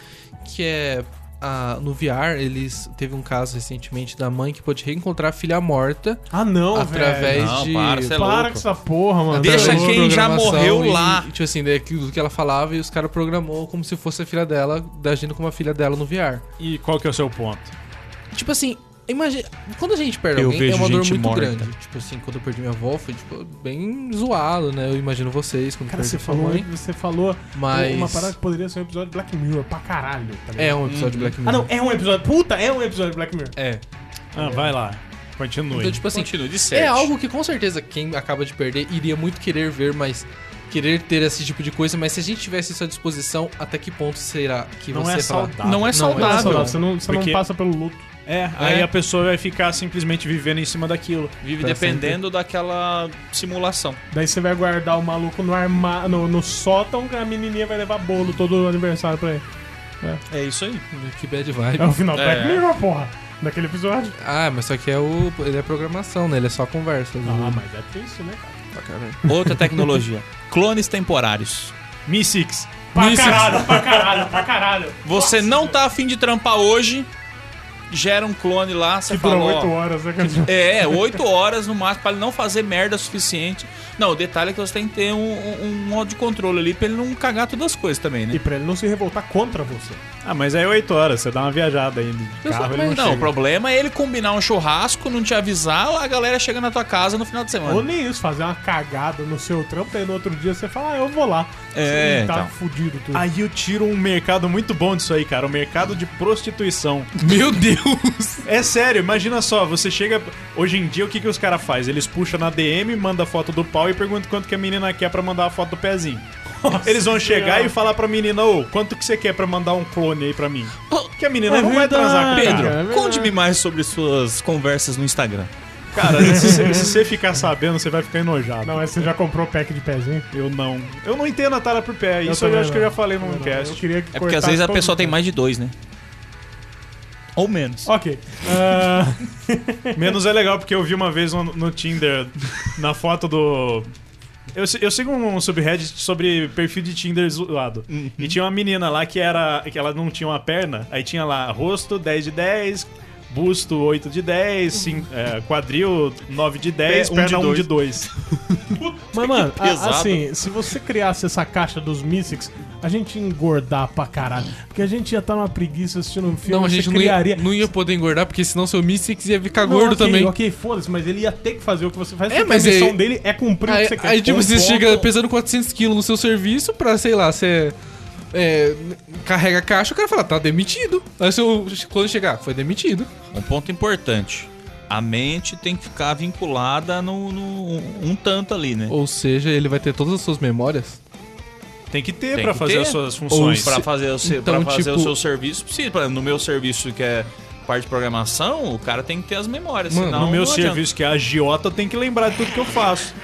que é. a- no VR, eles teve um caso recentemente da mãe que pôde reencontrar a filha morta Ah, não, através velho. Não, de. para, cê é Para louco. com essa porra, mano. Deixa através de quem já programação morreu e- lá. e, tipo assim, daquilo que ela falava e os caras programou como se fosse a filha dela, agindo como a filha dela no VR. E qual que é o seu ponto? Tipo assim, imagina. Quando a gente perde Eu alguém, é vejo uma dor gente muito morta. grande. Tipo assim, quando eu perdi minha avó, foi tipo, bem zoado, né? Eu imagino vocês quando Cara, perdi você a sua falou, mãe. você falou Mas- uma parada que poderia ser um episódio de Black Mirror pra caralho. Tá ligado? É um episódio de Black Ah, Mirror. não, é um episódio. Puta, é um episódio de Black Mirror. É. Ah, vai lá. Continue. Então, tipo assim, Continua de certo. é algo que com certeza quem acaba de perder iria muito querer ver, mas. Querer ter esse tipo de coisa, mas se a gente tivesse isso à disposição, até que ponto será que Não você é fala- saudável. Não é Não é saudável. saudável, Você não, você Porque- não passa pelo luto. É, aí É. a pessoa vai ficar simplesmente vivendo em cima daquilo. Vive Tá dependendo daquela simulação. Daí você vai guardar o maluco no, arma... no, no sótão que a menininha vai levar bolo todo aniversário pra ele. É isso aí. Né, Que bad vibe. É o final do É. Black Mirror, porra. Daquele episódio. Ah, mas só que é o. Ele é programação, né? Ele é só conversa. Ah, mas é triste, né, cara? pra caralho. Outra tecnologia. Clones temporários. Mi Six. Pra Mísseis. caralho, pra caralho, pra caralho. Você não tá afim de trampar hoje, gera um clone lá, você Que dura fala, ó, 8 horas, né, cara? É, oito horas no máximo pra ele não fazer merda o suficiente. Não, o detalhe é que você tem que ter um, um- um modo de controle ali pra ele não cagar todas as coisas também, E né? pra ele não se revoltar contra você. Ah, mas é 8 horas, você dá uma viajada aí de Eu carro, sei, ele não mas- Não, o chega. problema é ele combinar um churrasco, não te avisar, a galera chega na tua casa no final de semana. Ou nem isso, fazer uma cagada no seu trampo, aí no outro dia você fala, ah, eu vou lá. É, Você tá então. fudido tudo. Aí eu tiro um mercado muito bom disso aí, cara. O mercado de prostituição. Meu Deus! É sério, imagina só, você chega. Hoje em dia, o que, que os caras fazem? Eles puxam na DM, mandam foto do pau e perguntam quanto que a menina quer pra mandar a foto do pezinho. Eles vão chegar e falar pra menina, ô, quanto que você quer pra mandar um clone aí pra mim? Que a menina É não vai verdade. transar com o Pedro, Ah, cara. é verdade. conte-me mais sobre suas conversas no Instagram. Cara, se, você- se você ficar sabendo, você vai ficar enojado. Não, é. mas você já comprou pack de pezinho? Eu não. Eu não entendo a tara por pé. Isso eu também acho que eu não. já falei num Eu não, Eu cast. queria É porque às vezes a pessoa tem mais de dois, né? Ou menos. Ok. Ah, Menos é legal, porque eu vi uma vez no, no Tinder, na foto do. Eu, se- eu sigo um subreddit sobre perfil de Tinder zoado. Uhum. E tinha uma menina lá que era. que ela não tinha uma perna, aí tinha lá rosto 10 de 10, busto 8 de Uhum. 10, cin- é, quadril 9 de 10, Pés, um perna, de 1 dois. de 2. mas, mano, a- pesado. assim, se você criasse essa caixa dos Mystics, a gente ia engordar pra caralho. Porque a gente ia estar numa preguiça assistindo um filme, Não, a gente você não ia, criaria... não ia poder engordar, porque senão seu Mystics ia ficar Não, gordo ok, também. Ok, foda-se, mas ele ia ter que fazer o que você faz. É, porque mas a missão aí- dele é cumprir o Aí, que você quer. aí, tipo, Um você ponto- chega pesando 400kg no seu serviço pra, sei lá, você é, carrega a caixa, o cara fala, tá demitido. Aí seu clone chegar, foi demitido. Um ponto importante. A mente tem que ficar vinculada no, no- um tanto ali, né? Ou seja, ele vai ter todas as suas memórias. Tem que ter Tem pra que fazer ter. as suas Ou funções. pra fazer o seu, Então, pra fazer tipo- o seu serviço, precisa. Por exemplo, No meu serviço que é parte de programação, o cara tem que ter as memórias. Mano, senão No não meu adianta. serviço, que é agiota, tem que lembrar de tudo que eu faço.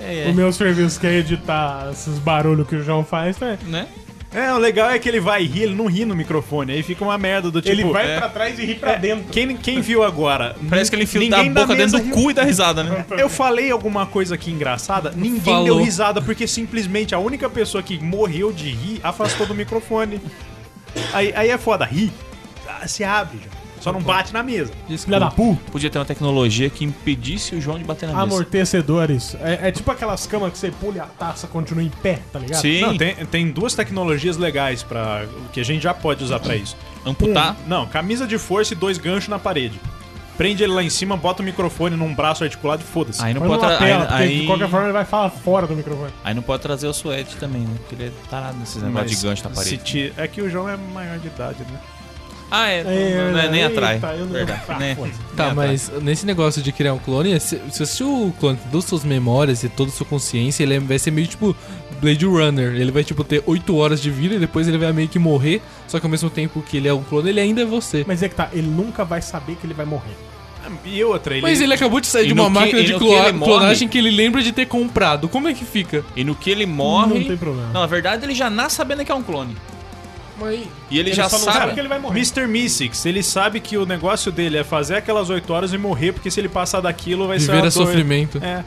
É, O meu serviço que é editar esses barulhos que o João faz, né? né? É, o legal é que ele vai rir, ele não ri no microfone, aí fica uma merda do tipo. ele vai é. pra trás e ri pra dentro. Quem, quem viu agora? Parece que ele enfia a Ninguém da boca mesa dentro do riu. cu e dá risada, né? Eu falei alguma coisa aqui engraçada, ninguém Falou. deu risada, porque simplesmente a única pessoa que morreu de rir afastou do microfone. Aí, aí é foda, ri. Ah, Se abre, já. só não bate na mesa. Filha da puta. Podia ter uma tecnologia que impedisse o João de bater na mesa. Amortecedores. É, é tipo aquelas camas que você pula e a taça continua em pé, tá ligado? Sim, Não, tem, tem duas tecnologias legais para que a gente já pode usar pra isso. amputar. Um, não, camisa de força e dois ganchos na parede. Prende ele lá em cima, bota o microfone num braço articulado e foda-se. Aí não Põe pode numa tra- tela, porque aí, de aí, qualquer forma ele vai falar fora do microfone. aí não pode trazer o suede também, né? Porque ele é tarado nesses negócios de gancho na se parede. ti- É que o João é maior de idade, né? Ah, é. não, não é- nem eita, atrai. eu não- Verdade. Ah, né? foda-se. Nem Tá, atrai. mas nesse negócio de criar um clone, se, se você o clone tem todas as suas memórias e toda a sua consciência, ele vai ser meio tipo Blade Runner. Ele vai, tipo, ter 8 horas de vida e depois ele vai meio que morrer. Só que ao mesmo tempo que ele é um clone, ele ainda é você. Mas é que tá, ele nunca vai saber que ele vai morrer. E outra, ele... Mas ele acabou de sair E de no uma que- máquina e de no que cloa- ele morre? clonagem que ele lembra de ter comprado. Como é que fica? E no que ele morre. Não tem problema. Não, na verdade ele já nasce sabendo que é um clone. Mas... E ele, já só não sabe sabe. que ele vai morrer. Mr. Mystics, ele sabe que o negócio dele é fazer aquelas 8 horas e morrer, porque se ele passar daquilo vai ser Viver uma é dor. sofrimento. É.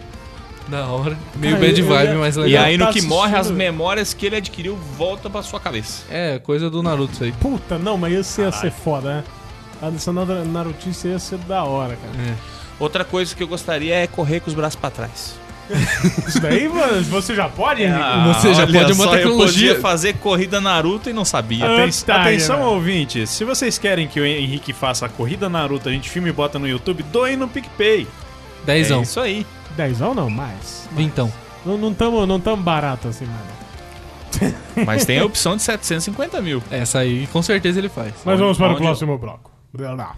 Da hora. Meio Ah, bad eu- eu vibe, ia- mas E legal. aí Tá no que morre as assistindo. memórias que ele adquiriu volta pra sua cabeça. É, coisa do Naruto isso aí. Puta, não, mas isso ia ser foda, né? A adição da Narutice ia ser da hora, cara. Outra coisa que eu gostaria é correr com os braços pra trás. Isso daí mano, você já pode, Ah, Henrique? você já olha pode uma só, tecnologia- Eu podia fazer corrida Naruto e não sabia. É Aten- Otário, Atenção, né? ouvintes, se vocês querem que o Henrique faça a corrida Naruto, a gente filme e bota no YouTube, doem no PicPay. É Dezão. isso aí. Dezão não, mais. Vintão. Não, não tamo, não tamo barato assim, mano. Mas tem a É opção de 750 mil. Essa aí, com certeza ele faz. Mas vamos para o Onde- próximo bloco. Lá.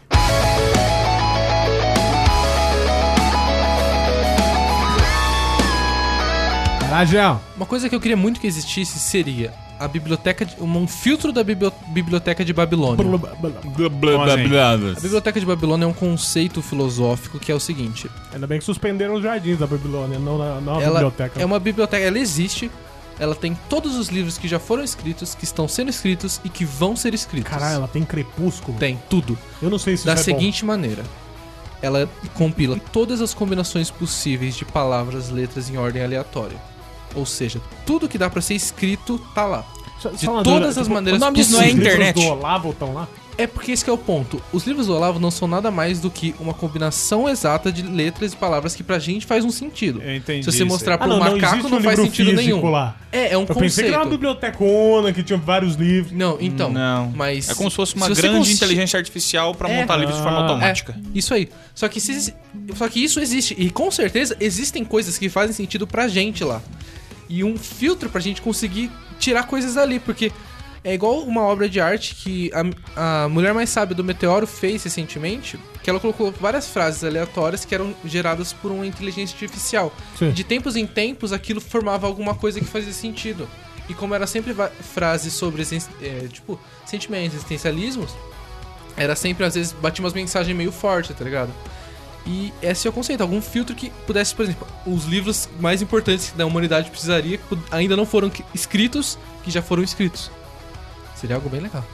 Rajão. Uma coisa que eu queria muito que existisse seria a biblioteca de, um, um filtro da bibli- biblioteca de Babilônia. A biblioteca de Babilônia é um conceito filosófico que é o seguinte: Ainda bem que suspenderam os jardins da Babilônia, não na, não a ela biblioteca. é uma biblioteca, ela existe, ela tem todos os livros que já foram escritos, que estão sendo escritos e que vão ser escritos. Caralho, ela tem crepúsculo. Tem tudo. Eu não sei se da isso é bom. seguinte maneira: ela compila todas as combinações possíveis de palavras, letras em ordem aleatória. Ou seja, tudo que dá pra ser escrito tá lá. De todas Tipo, as maneiras o nome disso não é Os livros internet. do Olavo estão lá? Ah, É porque esse que é o ponto. Os livros do Olavo não são nada mais do que uma combinação exata de letras e palavras que pra gente faz um sentido. Eu entendi Se isso você aí. mostrar pra Ah, um não, não macaco, existe um não, faz livro sentido físico nenhum. lá. É, é um Eu pensei que era uma conceito. bibliotecona que tinha vários livros. Não, então. Não. Mas É como se fosse uma você grande consi- inteligência artificial pra É. montar livros de forma Ah. automática. É, isso aí. Só que, se- só que isso existe. E com certeza existem coisas que fazem sentido pra gente lá. E um filtro pra gente conseguir tirar coisas dali. Porque é igual uma obra de arte que a, a Mulher Mais Sábia do Meteoro fez recentemente. Que ela colocou várias frases aleatórias que eram geradas por uma inteligência artificial. Sim. De tempos em tempos, aquilo formava alguma coisa que fazia sentido. E como era sempre va- frases sobre, existen- é, tipo, sentimentos, existencialismos, era sempre, às vezes, batia umas mensagens meio fortes, tá ligado? E esse é o conceito, algum filtro que pudesse, por exemplo, os livros mais importantes que da humanidade precisaria, que pu- ainda não foram que- escritos, que já foram escritos. Seria algo bem legal.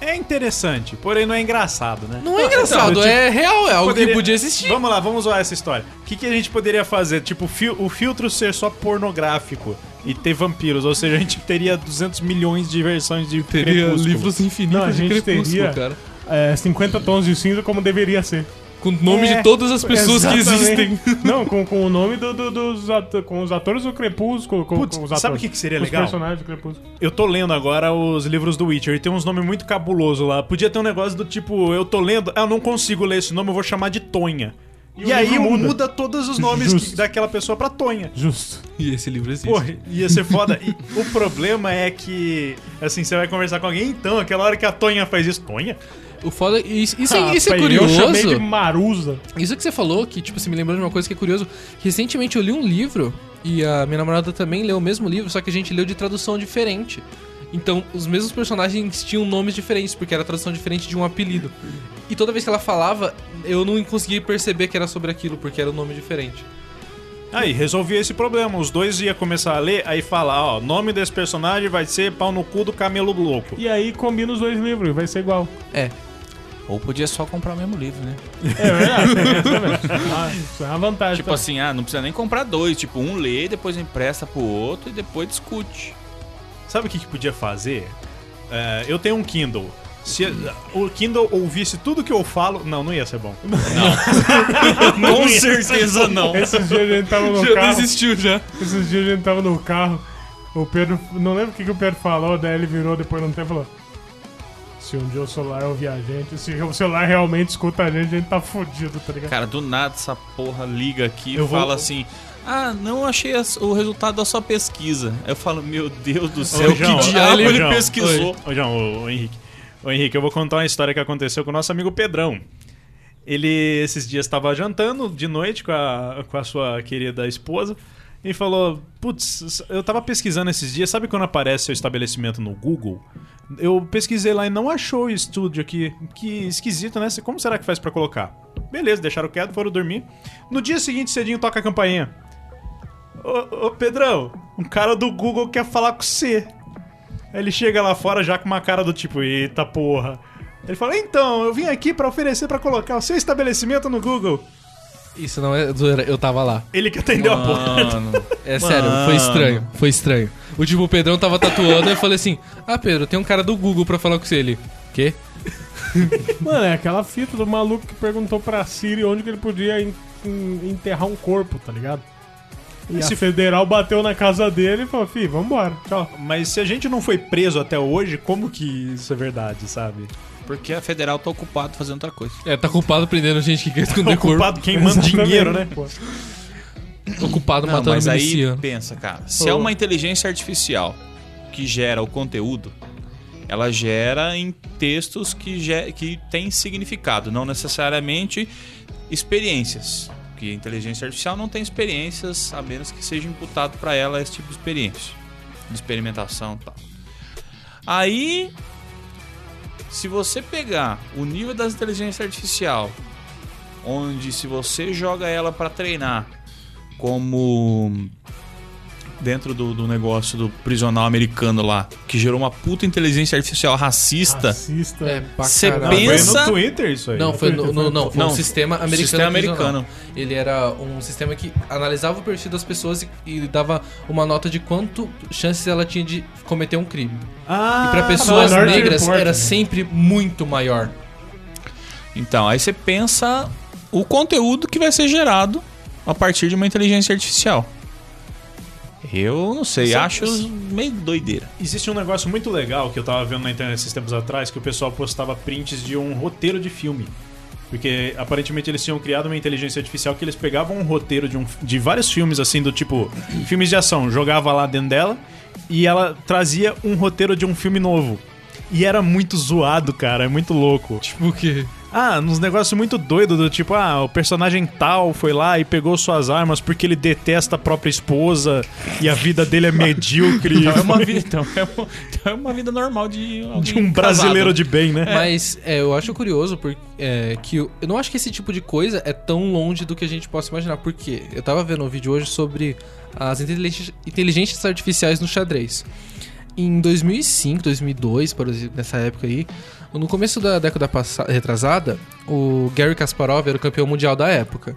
É interessante, porém não é engraçado, né? Não é engraçado, então, é real, é algo Poderia- que podia existir. Vamos lá, vamos usar essa história. O que, que a gente poderia fazer? Tipo, o fil- o filtro ser só pornográfico e ter vampiros. Ou seja, a gente teria 200 milhões de versões de Teria Crepúsculo. livros infinitos Não, a de gente Crepúsculo, teria- cara. É, 50 tons de cinza como deveria ser. Com o nome É, de todas as pessoas que Exatamente. existem. Não, com, com o nome do- do- dos ato- com os atores do Crepúsculo. Com, Putz, com os sabe atores, o que que seria com legal? Os personagens do Crepúsculo. Eu tô lendo agora os livros do Witcher e tem uns nomes muito cabuloso lá. Podia ter um negócio do tipo, eu tô lendo, ah, eu não consigo ler esse nome, eu vou chamar de Tonha. E, E o aí livro muda. muda. todos os nomes Justo. que- daquela pessoa pra Tonha. Justo. E esse livro existe. Porra, ia ser foda. E o problema é que, assim, você vai conversar com alguém, então, aquela hora que a Tonha faz isso, Tonha? O foda. Isso, isso, é- Ah, isso é pai, Eu chamei de curioso. Marusa. Isso que você falou, que, tipo, se me lembrou de uma coisa que é curioso. Recentemente eu li um livro, e a minha namorada também leu o mesmo livro, só que a gente leu de tradução diferente. Então, os mesmos personagens tinham nomes diferentes, porque era a tradução diferente de um apelido. E toda vez que ela falava, eu não conseguia perceber que era sobre aquilo, porque era um nome diferente. Aí, resolvi esse problema. Os dois iam começar a ler, aí falar, ó, nome desse personagem vai ser pau no cu do camelo louco. E aí combina os dois livros, e vai ser igual. É, Ou podia só comprar o mesmo livro, né? É verdade. tem essa mesmo. Ah, Isso é uma vantagem. Tipo assim, ah, não precisa nem comprar dois. Tipo, um lê, depois empresta pro outro e depois discute. Sabe o que, que podia fazer? É, eu tenho um Kindle. Se o Kindle ouvisse tudo que eu falo. Não, não ia ser bom. Com certeza não. Esses dias a gente tava no já carro. desistiu já. Esses dias a gente tava no carro. O Pedro. Não lembro o que, que o Pedro falou, daí ele virou depois não tempo e falou. Se um dia o celular ouvir a gente, se o celular realmente escuta a gente, a gente tá fudido, tá ligado? Cara, do nada essa porra liga aqui Eu e vou- fala assim: Ah, não achei as- o resultado da sua pesquisa. Eu falo, meu Deus do céu, João, que ah, diabo ô, ele João, pesquisou. Ô, João, ô, ô, Henrique. Ô, Henrique, eu vou contar uma história que aconteceu com o nosso amigo Pedrão. Ele esses dias estava jantando de noite com a, com a sua querida esposa e falou: Putz, eu tava pesquisando esses dias, sabe quando aparece seu estabelecimento no Google? Eu pesquisei lá e não achou o estúdio aqui. Que esquisito, né? Como será que faz pra colocar? Beleza, deixaram quieto, foram dormir. No dia seguinte, cedinho, toca a campainha. Ô, ô Pedrão, um cara do Google quer falar com você. Aí ele chega lá fora já com uma cara do tipo, eita porra. Ele fala, então, eu vim aqui pra oferecer pra colocar o seu estabelecimento no Google. Isso não é zoeira, eu tava lá. Ele que atendeu Ah. a porta. Mano, É sério, foi estranho, foi estranho. O tipo, o Pedrão tava tatuando e eu falei assim: Ah, Pedro, tem um cara do Google pra falar com você. Ele, quê? Mano, é aquela fita do maluco que perguntou pra Siri onde que ele podia en- en- enterrar um corpo, tá ligado? E Esse- a federal bateu na casa dele e falou, fi, vambora, tchau. Mas se a gente não foi preso até hoje, como que isso é verdade, sabe? porque a federal tá ocupada fazendo outra coisa. É, tá culpado prendendo gente que quer Tá esconder corpo. Ocupado quem um manda dinheiro, né? Pô. Ocupado Não, matando mas aí miliciano. pensa, cara. Se é Ô. uma inteligência artificial que gera o conteúdo, ela gera em textos que, ge- que têm significado, não necessariamente experiências. Porque a inteligência artificial não tem experiências, a menos que seja imputado para ela esse tipo de experiência, de experimentação e tal. Aí, se você pegar o nível das inteligência artificial, onde se você joga ela para treinar como dentro do, do negócio do prisional americano lá, que gerou uma puta inteligência artificial Tá. racista. Racista. É, pra Cê caralho. Foi pensa- no Twitter isso aí. Não, foi no, no- não, foi um Não, sistema americano. sistema prisional. americano. Ele era um sistema que analisava o perfil das pessoas e, e dava uma nota de quanto chances ela tinha de cometer um crime. Ah, E pra pessoas Minority negras Report, né? era sempre muito maior. Então, aí você pensa o conteúdo que vai ser gerado a partir de uma inteligência artificial. Eu não sei, Você- acho meio doideira. Existe um negócio muito legal que eu tava vendo na internet esses tempos atrás, que o pessoal postava prints de um roteiro de filme. Porque aparentemente eles tinham criado uma inteligência artificial que eles pegavam um roteiro de, um, de vários filmes, assim, do tipo, filmes de ação, jogava lá dentro dela e ela trazia um roteiro de um filme novo. E era muito zoado, cara, é muito louco. Tipo que. Ah, uns negócios muito doidos do tipo, ah, o personagem tal foi lá e pegou suas armas porque ele detesta a própria esposa e a vida dele é medíocre. Então é uma vida, então é uma, então é uma vida normal de, alguém De casado. um brasileiro de bem, né? Mas é, eu acho curioso porque é, que eu, eu não acho que esse tipo de coisa é tão longe do que a gente possa imaginar. Porque eu tava vendo um vídeo hoje sobre as inteligen- inteligências artificiais no xadrez. Em 2005, 2002, por exemplo, nessa época aí, no começo da década passa- retrasada, o Gary Kasparov era o campeão mundial da época.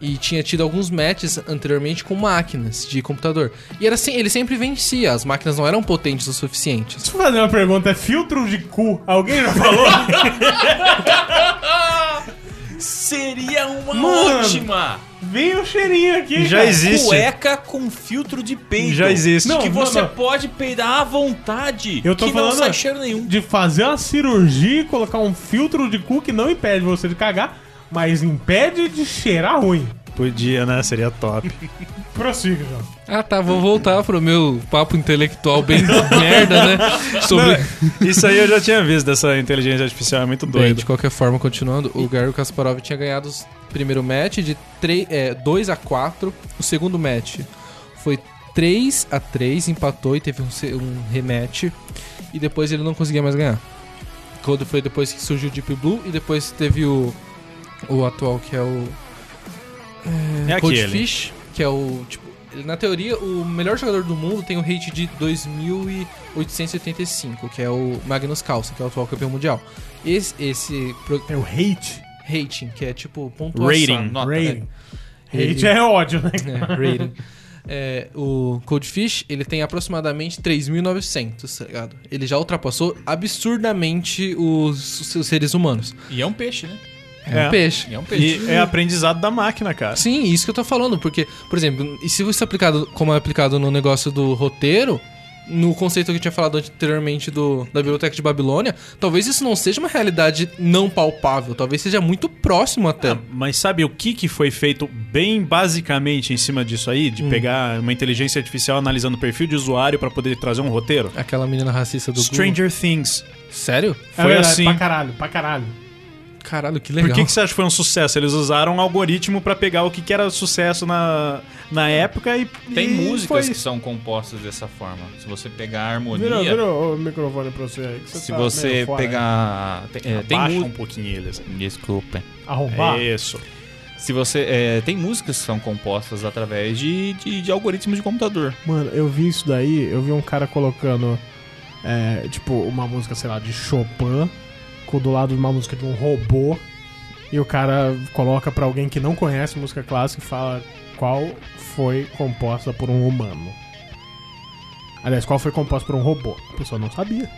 E tinha tido alguns matches anteriormente com máquinas de computador. E era assim, ele sempre vencia, as máquinas não eram potentes o suficiente. Deixa eu fazer uma pergunta. É filtro de cu? Alguém já falou? Seria uma Mano. ótima Vem o cheirinho aqui. Já cara. existe. cueca com filtro de peito. Já existe. Não, que você não. pode peidar à vontade. Eu tô que falando não sai cheiro nenhum. De fazer uma cirurgia e colocar um filtro de cu que não impede você de cagar, mas impede de cheirar ruim. Podia, né? Seria top. Prossiga, João. Ah tá, vou voltar pro meu papo intelectual bem merda, né? Sobre. Isso aí eu já tinha visto dessa inteligência artificial, é muito Bem, é tipo, doido. de qualquer forma, continuando, o Gary Kasparov tinha ganhado o primeiro match de 3, 2 a 4 O segundo match foi 3 a 3 empatou e teve um, se- um rematch. E depois ele não conseguia mais ganhar. Quando foi depois que surgiu o Deep Blue e depois teve o. O atual que é o. é um aquele. Goldfish, que é o. Tipo, ele- na teoria, o melhor jogador do mundo tem o rate de 2.885, que é o Magnus Carlsen, que é o atual campeão mundial. Esse, esse pro- É o hate. rating, que é tipo pontuação. Rating. Nota. Rating. Hate Ele- é ódio, né? É, rating. É, o Coldfish, ele tem aproximadamente 3.900, tá ligado? Ele já ultrapassou absurdamente os, os seus seres humanos. E é um peixe, né? É, É. um peixe. E é um peixe. E é aprendizado da máquina, cara. Sim, isso que eu tô falando, porque, por exemplo, e se isso é aplicado como é aplicado no negócio do roteiro, no conceito que eu tinha falado anteriormente do, da biblioteca de Babilônia, talvez isso não seja uma realidade não palpável, talvez seja muito próximo até. Ah, Mas sabe o que, que foi feito bem basicamente em cima disso aí? De pegar uma inteligência artificial analisando o perfil de usuário pra poder trazer um roteiro? Aquela menina racista do Google. Stranger Things. Sério? Foi é verdade, assim. Pra caralho, pra caralho. Caralho, que Por legal. que, que você acha que foi um sucesso? Eles usaram um algoritmo pra pegar o que, que era sucesso na, na época e. Tem e músicas foi- que são compostas dessa forma. Se você pegar a harmonia, Virou, virou o microfone pra você aí. que se tá você meio fora. pegar... Tem, é, tem Abaixa mu- um pouquinho eles. Desculpa. Arrombar. É isso. Se você... é, tem músicas que são compostas através de, de, de algoritmos de computador. Mano, eu vi isso daí, eu vi um cara colocando, é, tipo, uma música, sei lá, de Chopin, com do lado de uma música de um robô, e o cara coloca pra alguém que não conhece música clássica e fala qual foi composta por um humano. Aliás, qual foi composta por um robô? A pessoa não sabia.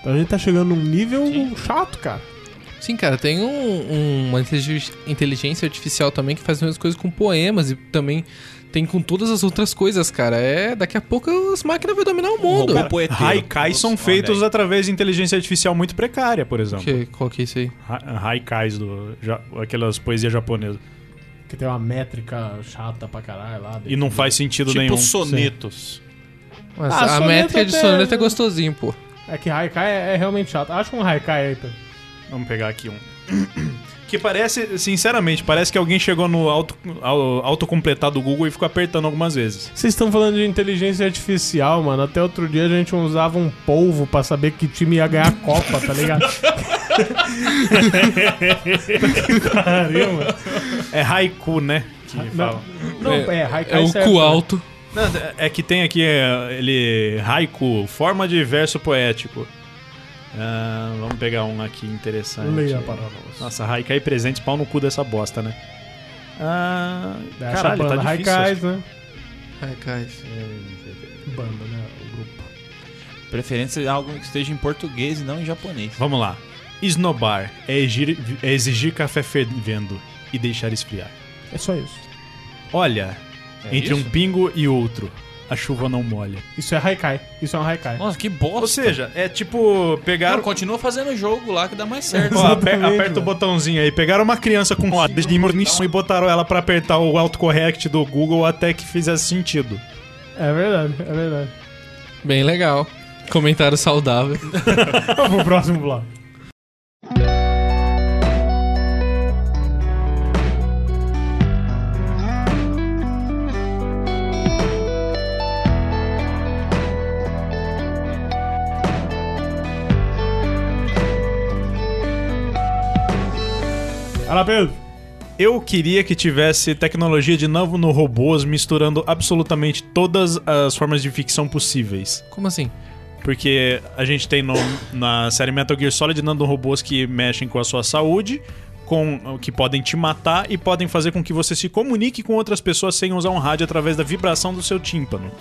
Então a gente tá chegando num nível chato, cara. Sim, cara, tem um- uma intelig- inteligência artificial também que faz as mesmas coisas com poemas e também tem com todas as outras coisas, cara. É, daqui a pouco as máquinas vão dominar o mundo. robô poeteiro. Haikais são Nossa, feitos olha aí. através de inteligência artificial muito precária, por exemplo. Que, qual que é isso aí? Ha- Haikais, do, ja- aquelas poesias japonesas. Que tem uma métrica chata pra caralho lá. E não faz sentido Tipo nenhum. sonetos. Mas Ah, a soneto métrica de até- soneto é gostosinho, pô. É que Haikai é, é realmente chato. Acha um Haikai aí, Pedro. Vamos pegar aqui um. Que parece, sinceramente, parece que alguém chegou no auto, au- autocompletar do Google e ficou apertando algumas vezes. Vocês estão falando de inteligência artificial, mano. Até outro dia a gente usava um polvo pra saber que time ia ganhar a Copa, tá ligado? que pariu, mano. É haiku, né? Que Não, Ah, fala. não, é, Haikai É o certo, cu né? alto. Não, é que tem aqui é, ele. Haiku, forma de verso poético. Ah, vamos pegar um aqui interessante. Leia para nós. Nossa, Haikai presente, pau no cu dessa bosta, né? Ah, Daí acha caralho, a tá banda difícil. Haikais, né? Ai, cais. Banda, né? O grupo. Preferência de algo que esteja em português e não em japonês. Vamos lá. Esnobar é exigir, é exigir café fervendo e deixar esfriar. É só isso. Olha, É entre isso? um pingo e outro, a chuva não molha. Isso é Haikai. Isso é um Haikai. Nossa, que bosta. Ou seja, é tipo pegar. Não, continua fazendo o jogo lá que dá mais certo. Ó, aper- Exatamente, aperta o mano. botãozinho aí. Pegaram uma criança com rodas de munição e botaram ela pra apertar o autocorrect do Google até que fizesse sentido. É verdade, é verdade. Bem legal. Comentário saudável. Vamos pro próximo bloco. Olha lá, Pedro. Eu queria que tivesse tecnologia de novo no robôs misturando absolutamente todas as formas de ficção possíveis. Como assim? Porque a gente tem no- na série Metal Gear Solid nanorobôs que mexem com a sua saúde, com que podem te matar e podem fazer com que você se comunique com outras pessoas sem usar um rádio através da vibração do seu tímpano.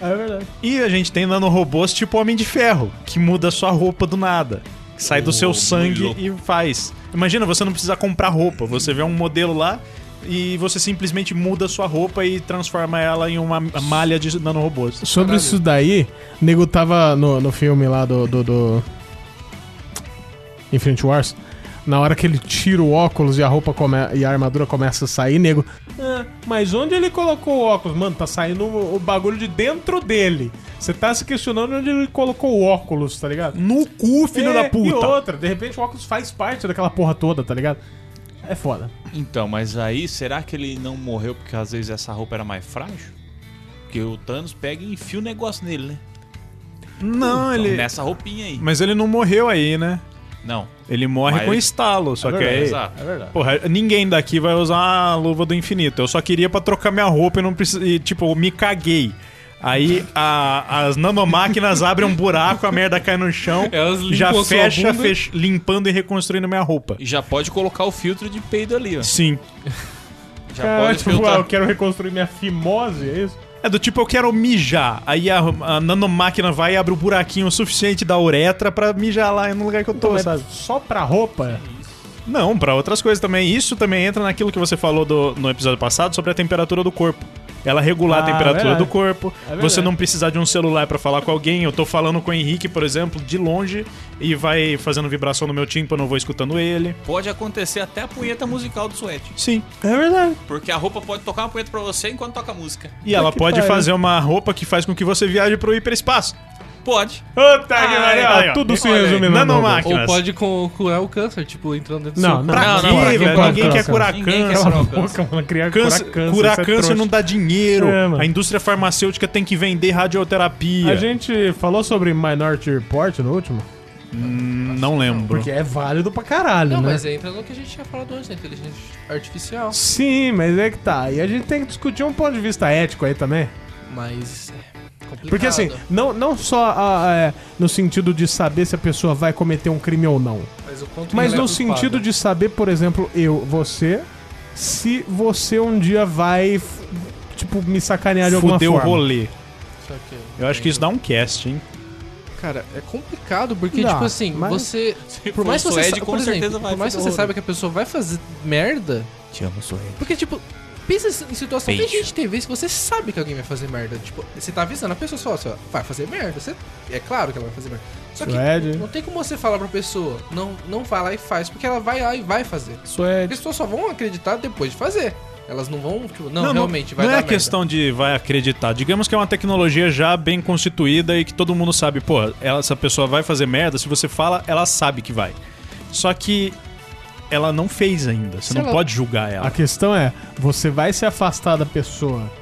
É verdade. E a gente tem nanorobôs tipo Homem de Ferro, que muda a sua roupa do nada. Que sai do Oh, seu muito sangue louco. e faz. Imagina, você não precisa comprar roupa. Você vê um modelo lá e você simplesmente muda a sua roupa e transforma ela em uma malha de nanorobôs. Sobre isso daí, o nego tava no, no filme lá do, do, do. Infinity Wars. Na hora que ele tira o óculos e a roupa come... e a armadura começa a sair, nego. "Ah, mas onde ele colocou o óculos? Mano, tá saindo o o bagulho de dentro dele. Você tá se questionando onde ele colocou o óculos, tá ligado? No cu, filho É, da puta! E outra, de repente o óculos faz parte daquela porra toda, tá ligado? É foda. Então, mas aí, será que ele não morreu porque às vezes essa roupa era mais frágil? Porque o Thanos pega e enfia o negócio nele, né? Não, Então, ele. Nessa roupinha aí. Mas ele não morreu aí, né? Não. Ele morre Mas com ele- estalo, só É que verdade, aí. exato. É verdade. Porra, ninguém daqui vai usar a luva do infinito. Eu só queria pra trocar minha roupa e não precisa. e, Tipo, eu me caguei. Aí a- as nanomáquinas abrem um buraco, a merda cai no chão. Elas limpam já a É, sua fecha, bunda. fech- limpando e reconstruindo minha roupa. E já pode colocar o filtro de peido ali, ó. Sim. Já Cara, pode tipo, ah, eu quero reconstruir minha fimose, é isso? É do tipo, eu quero mijar. Aí a, a nanomáquina vai e abre o buraquinho o suficiente da uretra pra mijar lá no lugar que eu tô, Então, Mas sabe? Só pra roupa? Não, pra outras coisas também. Isso também entra naquilo que você falou do- no episódio passado sobre a temperatura do corpo. Ela regular Ah, a temperatura verdade. do corpo. É verdade. você não precisar de um celular pra falar com alguém. Eu tô falando com o Henrique, por exemplo, de longe e vai fazendo vibração no meu tímpano, eu vou escutando ele. Pode acontecer até a punheta musical do Sweat. Sim. É verdade. Porque a roupa pode tocar uma punheta pra você enquanto toca a música. E ela É que pode pariu. fazer uma roupa que faz com que você viaje pro hiperespaço. tá Pode. Puta que Ai, pariu. aí, ó. Tudo se Olha aí. né, resume na Nanomac. Ou Máquinas. pode cu- curar o câncer, tipo, entrando dentro Não, do não. seu Pra Não, quê, não, não, velho? não, Ninguém não, quer não, curar Ninguém quer câncer. curar o Cala a câncer. boca, mano. Criar, Câncer- curar câncer. curar isso é câncer trouxa. não dá dinheiro. É, mano. a indústria farmacêutica tem que vender radioterapia. A gente falou sobre Minority Report no último? Hum, Não lembro. Porque é válido pra caralho, Não, né? mas entra no que a gente tinha falado antes, da inteligência artificial. Sim, mas é que tá. E a gente tem que discutir um ponto de vista ético aí também. Mas é complicado. Porque assim, não, não só a- a- é, no sentido de saber se a pessoa vai cometer um crime ou não. mas, o quanto Mas que ela no é sentido culpada. de saber, por exemplo, eu, você, se você um dia vai, f- tipo, me sacanear de alguma Fudeu o forma. rolê. Só que- Eu acho que isso dá um cast, hein? Cara, é complicado, porque, Dá, tipo assim, mas- você. Por for mais que você, suede, sa- com por exemplo, certeza vai por mais que fazer você horror. saiba que a pessoa vai fazer merda. Te amo, Sweat. Porque, tipo, pensa em situação. Beijo. Tem gente que tem vez que você sabe que alguém vai fazer merda. Tipo, você tá avisando a pessoa só, assim, ó, vai fazer merda. Você, é claro que ela vai fazer merda. Só que Suede. não tem como você falar pra pessoa, não, não vai lá e faz, porque ela vai lá e vai fazer. As Suede. pessoas só vão acreditar depois de fazer. Elas não vão, tipo, não, Não, realmente não, vai não dar é merda. questão de vai acreditar. Digamos que é uma tecnologia já bem constituída e que todo mundo sabe, pô, ela- essa pessoa vai fazer merda, se você fala, ela sabe que vai. Só que ela não fez ainda. Você Se não ela- pode julgar A ela. questão é, você vai se afastar da pessoa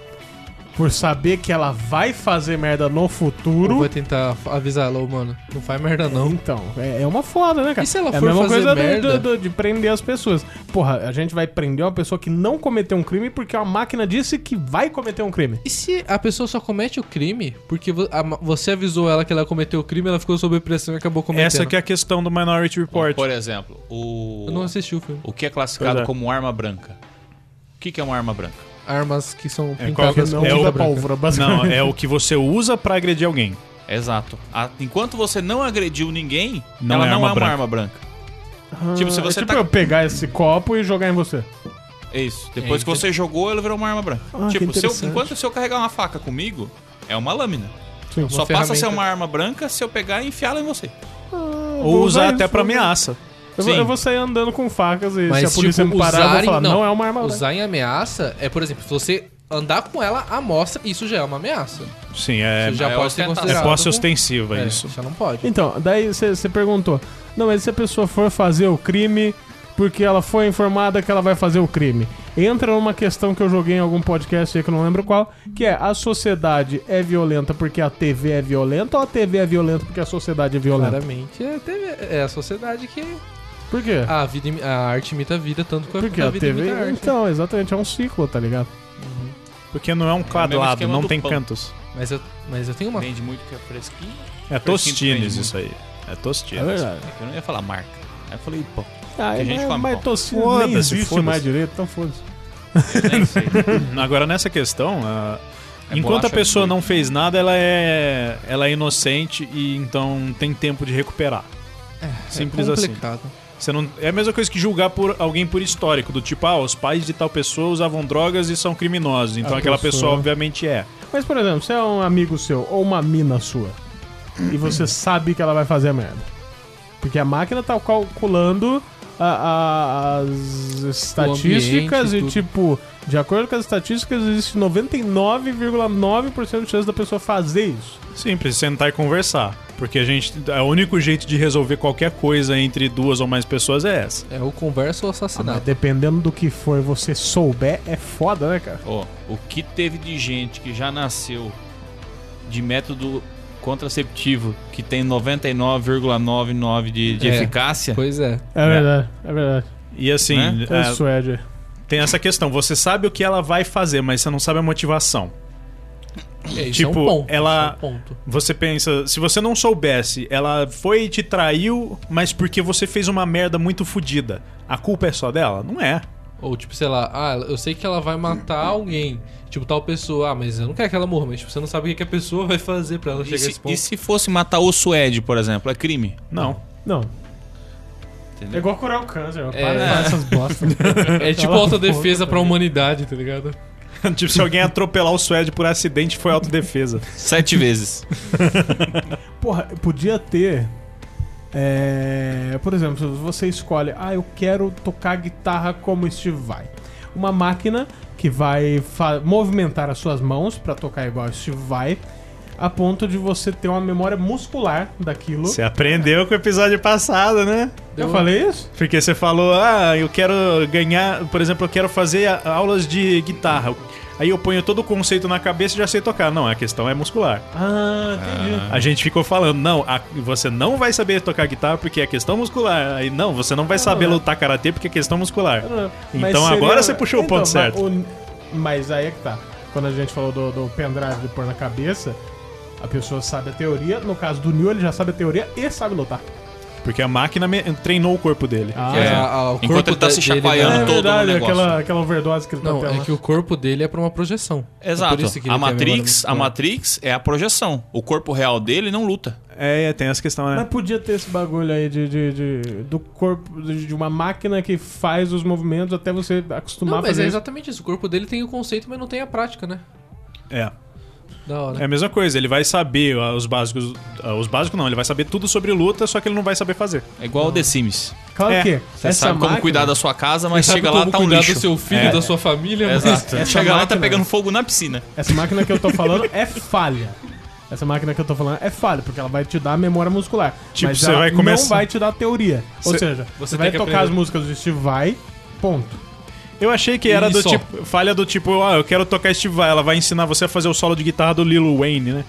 por saber que ela vai fazer merda no Eu vou futuro. tentar f- avisar ela, ô, mano, não faz merda não. Então, é, é uma foda, né, cara? E se ela é a for mesma fazer coisa do- merda? do- do- de prender as pessoas. Porra, a gente vai prender uma pessoa que não cometeu um crime porque a máquina disse que vai cometer um crime. E se a pessoa só comete o crime porque vo- a ma- você avisou ela que ela cometeu o crime, ela ficou sob pressão e acabou cometendo? Essa que é a questão do Minority Report. Por exemplo, o, Eu não assisti o filme. o que é classificado Pois é. como arma branca. O que, que é uma arma branca? Armas que são É, qual que pintadas não com é tinta o- branca. Não, é o que você usa pra agredir alguém. Exato. A- enquanto você não agrediu ninguém, Não ela é não arma é uma branca. arma branca. tipo, se Ah, é você tipo tá- eu pegar esse copo e jogar em você. É isso. Depois É, que você jogou, ela virou uma arma branca. Ah, tipo, que se eu- interessante. enquanto se eu carregar uma faca comigo, é uma lâmina. Sim. Só passa a ser ferramenta. uma arma branca se eu pegar e enfiá-la em você. Ou usar até pra ameaça. Eu vou, Sim. eu vou sair andando com facas e Mas, se a polícia tipo, me parar, eu vou usarem- falar, não, não, é uma arma branca. Usar em ameaça é, por exemplo, se você andar com ela à mostra, isso já é uma ameaça. Sim, é, isso já é pode ser ostentação. é considerado. posse ostensiva É, isso. Já não pode. Então, daí você perguntou, não, mas se a pessoa for fazer o crime porque ela foi informada que ela vai fazer o crime, entra numa questão que eu joguei em algum podcast aí que eu não lembro qual, que é a sociedade é violenta porque a TV é violenta ou a TV é violenta porque a sociedade é violenta? Claramente, é, teve- é a sociedade que Por quê? a, vida, imi- a arte imita a vida, tanto quanto porque a a vida TV... imita a arte. Então, exatamente, é um ciclo, tá ligado? Porque não é um quadrado, esquema não do tem pão. cantos. Mas eu, mas eu tenho uma. Vende muito que é fresquinho. É Fresquinho tostines do isso aí. É É tostines. verdade. Eu não ia falar marca. Aí eu falei, pô, Ah, Tem gente que mas, come mas pão. tossina nem Foda-se, existe foda-se. mais direito, então foda-se. eu nem sei. Agora nessa questão, a- É enquanto a bolacha pessoa doida. não fez nada, ela é ela é inocente e então tem tempo de recuperar. Simples é assim. complicado. Você não, é a mesma coisa que julgar por alguém por histórico, do tipo, ah, os pais de tal pessoa usavam drogas e são criminosos, então A aquela pessoa- pessoa obviamente é. Mas, por exemplo, se é um amigo seu ou uma mina sua e você sabe que ela vai fazer merda. Porque a máquina tá calculando a- a- as estatísticas ambiente, e, tudo. tipo, de acordo com as estatísticas, existe 99,9% de chance da pessoa fazer isso. Simples, sentar e conversar. Porque a gente. O único jeito de resolver qualquer coisa entre duas ou mais pessoas é essa. É o converso ou Mas assassinato. dependendo do que for você souber, é foda, né, cara? Ó, o que teve de gente que já nasceu de método contraceptivo que tem 99,99 de, de É. eficácia? Pois é. É verdade, é verdade. E assim, Né? É, é, Suede. tem essa questão. Você sabe o que ela vai fazer, mas você não sabe a motivação. É, isso Tipo, é um ponto. ela- isso é um ponto. Você pensa, se você não soubesse, ela foi e te traiu, mas porque você fez uma merda muito fodida. A culpa é só dela? Não é. Ou tipo, sei lá, ah, eu sei que ela vai matar alguém. Tipo, tal pessoa, ah, mas eu não quero que ela morra, mas tipo, você não sabe o que que a pessoa vai fazer pra ela E chegar a se, esse ponto. e se fosse matar o Suede, por exemplo, é crime? Não. Não. É Entendeu? igual curar o câncer, ó. para É. de falar essas bostas. É tipo Ela autodefesa volta, né? pra humanidade, tá ligado? tipo, se alguém atropelar o Suede por acidente, foi autodefesa. Sete vezes. Porra, podia ter. é, por exemplo, se você escolhe, ah, eu quero tocar guitarra como Steve Vai. Uma máquina que vai fa- movimentar as suas mãos pra tocar igual Steve Vai, a ponto de você ter uma memória muscular daquilo. Você aprendeu com o episódio passado, né? Eu falei isso? Porque você falou, ah, eu quero ganhar, por exemplo, eu quero fazer a- aulas de guitarra. Aí eu ponho todo o conceito na cabeça e já sei tocar. Não, a questão é muscular. Ah, entendi. A gente ficou falando, não, a- você não vai saber tocar guitarra porque é questão muscular. Aí não, você não vai saber lutar karatê porque é questão muscular. né? Mas Então, Então agora você puxou o ponto mas certo. o- Mas aí é que tá. Quando a gente falou do, do pendrive de pôr na cabeça, a pessoa sabe a teoria. No caso do Neo, ele já sabe a teoria e sabe lutar. Porque a máquina me- treinou o corpo dele. Ah, Que é, É. a- a- o Enquanto corpo ele tá de- se dele chacoalhando É dá- todo no verdade, negócio. aquela, aquela overdose que ele Não, tá tendo. é que o corpo dele é pra uma projeção. É Exato. por isso que ele a tem memória Matrix, a muscular. Matrix é a projeção. O corpo real dele não luta. É, tem essa questão, Mas podia ter esse bagulho aí de, de- de- do corpo, de, de uma máquina que faz os movimentos até você acostumar Não, a mas fazer é isso. exatamente isso. O corpo dele tem o conceito, mas não tem a prática, né? É. Da hora. É a mesma coisa, ele vai saber ah, os básicos. ah, Os básicos não, ele vai saber tudo sobre luta, só que ele não vai saber fazer. É igual o The Sims. Claro É, que Você sabe como cuidar da sua casa, mas chega lá como tá um cuidar lixo. do seu filho, É. da sua família, mas- Exato. Essa Chega lá tá máquina- pegando fogo na piscina. Essa máquina que eu tô falando é falha. Essa máquina que eu tô falando é falha, porque ela vai te dar memória muscular. Tipo, mas você ela vai começar- não vai te dar teoria. Ou Você- seja, você você vai tem que tocar as aprender. músicas do Steve Vai, ponto. Eu achei que era E do só. tipo. Falha do tipo, ah, eu quero tocar este vai. Ela vai ensinar você a fazer o solo de guitarra do Lil Wayne, né?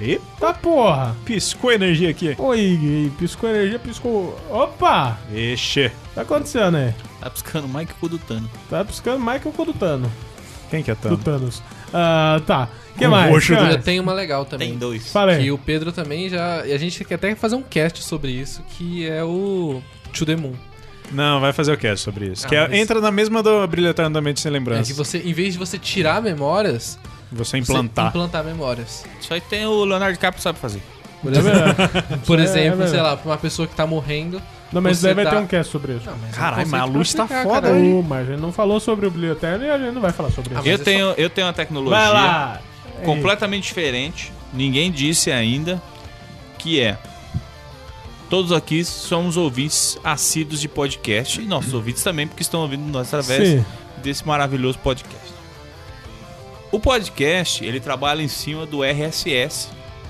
E Tá porra. piscou a energia aqui. Oi, Iggy, piscou energia, piscou. Opa! Ixi. Tá acontecendo aí. Tá piscando mais que o cu do Tano. Tá piscando Michael com o do Thanos. Quem que é Do tanto? Thanos. Ah, tá. O que O mais? roxo Que do- mais? Já tem uma legal também. né? Tem dois. Fala aí. Que o Pedro também já. E a gente quer até fazer um cast sobre isso, que é o To the Moon. É Não, vai fazer o cast sobre isso. Ah, que é- mas- entra na mesma do Brilhantar da Mente Sem É Lembrança. que você, em vez de você tirar memórias, você Você implantar. implantar memórias. Isso aí tem o Leonardo DiCaprio sabe fazer. Por exemplo, por Tá É, é exemplo sei verdade. lá, pra uma pessoa que tá morrendo. Não, mas Você deve dá- ter um cast sobre isso. Não, mas é um Caralho, mas a conceito pra luz tá aplicar, foda, caralho. Não, mas a gente não falou sobre o Blue Eterno e a gente não vai falar sobre Ah, isso. mas é Eu só- tenho, eu tenho uma tecnologia. Vai lá! É. completamente diferente, ninguém disse ainda, que é todos aqui somos ouvintes assíduos de podcast e nossos ouvintes também, porque estão ouvindo nós através Sim. desse maravilhoso podcast. O podcast, ele trabalha em cima do RSS,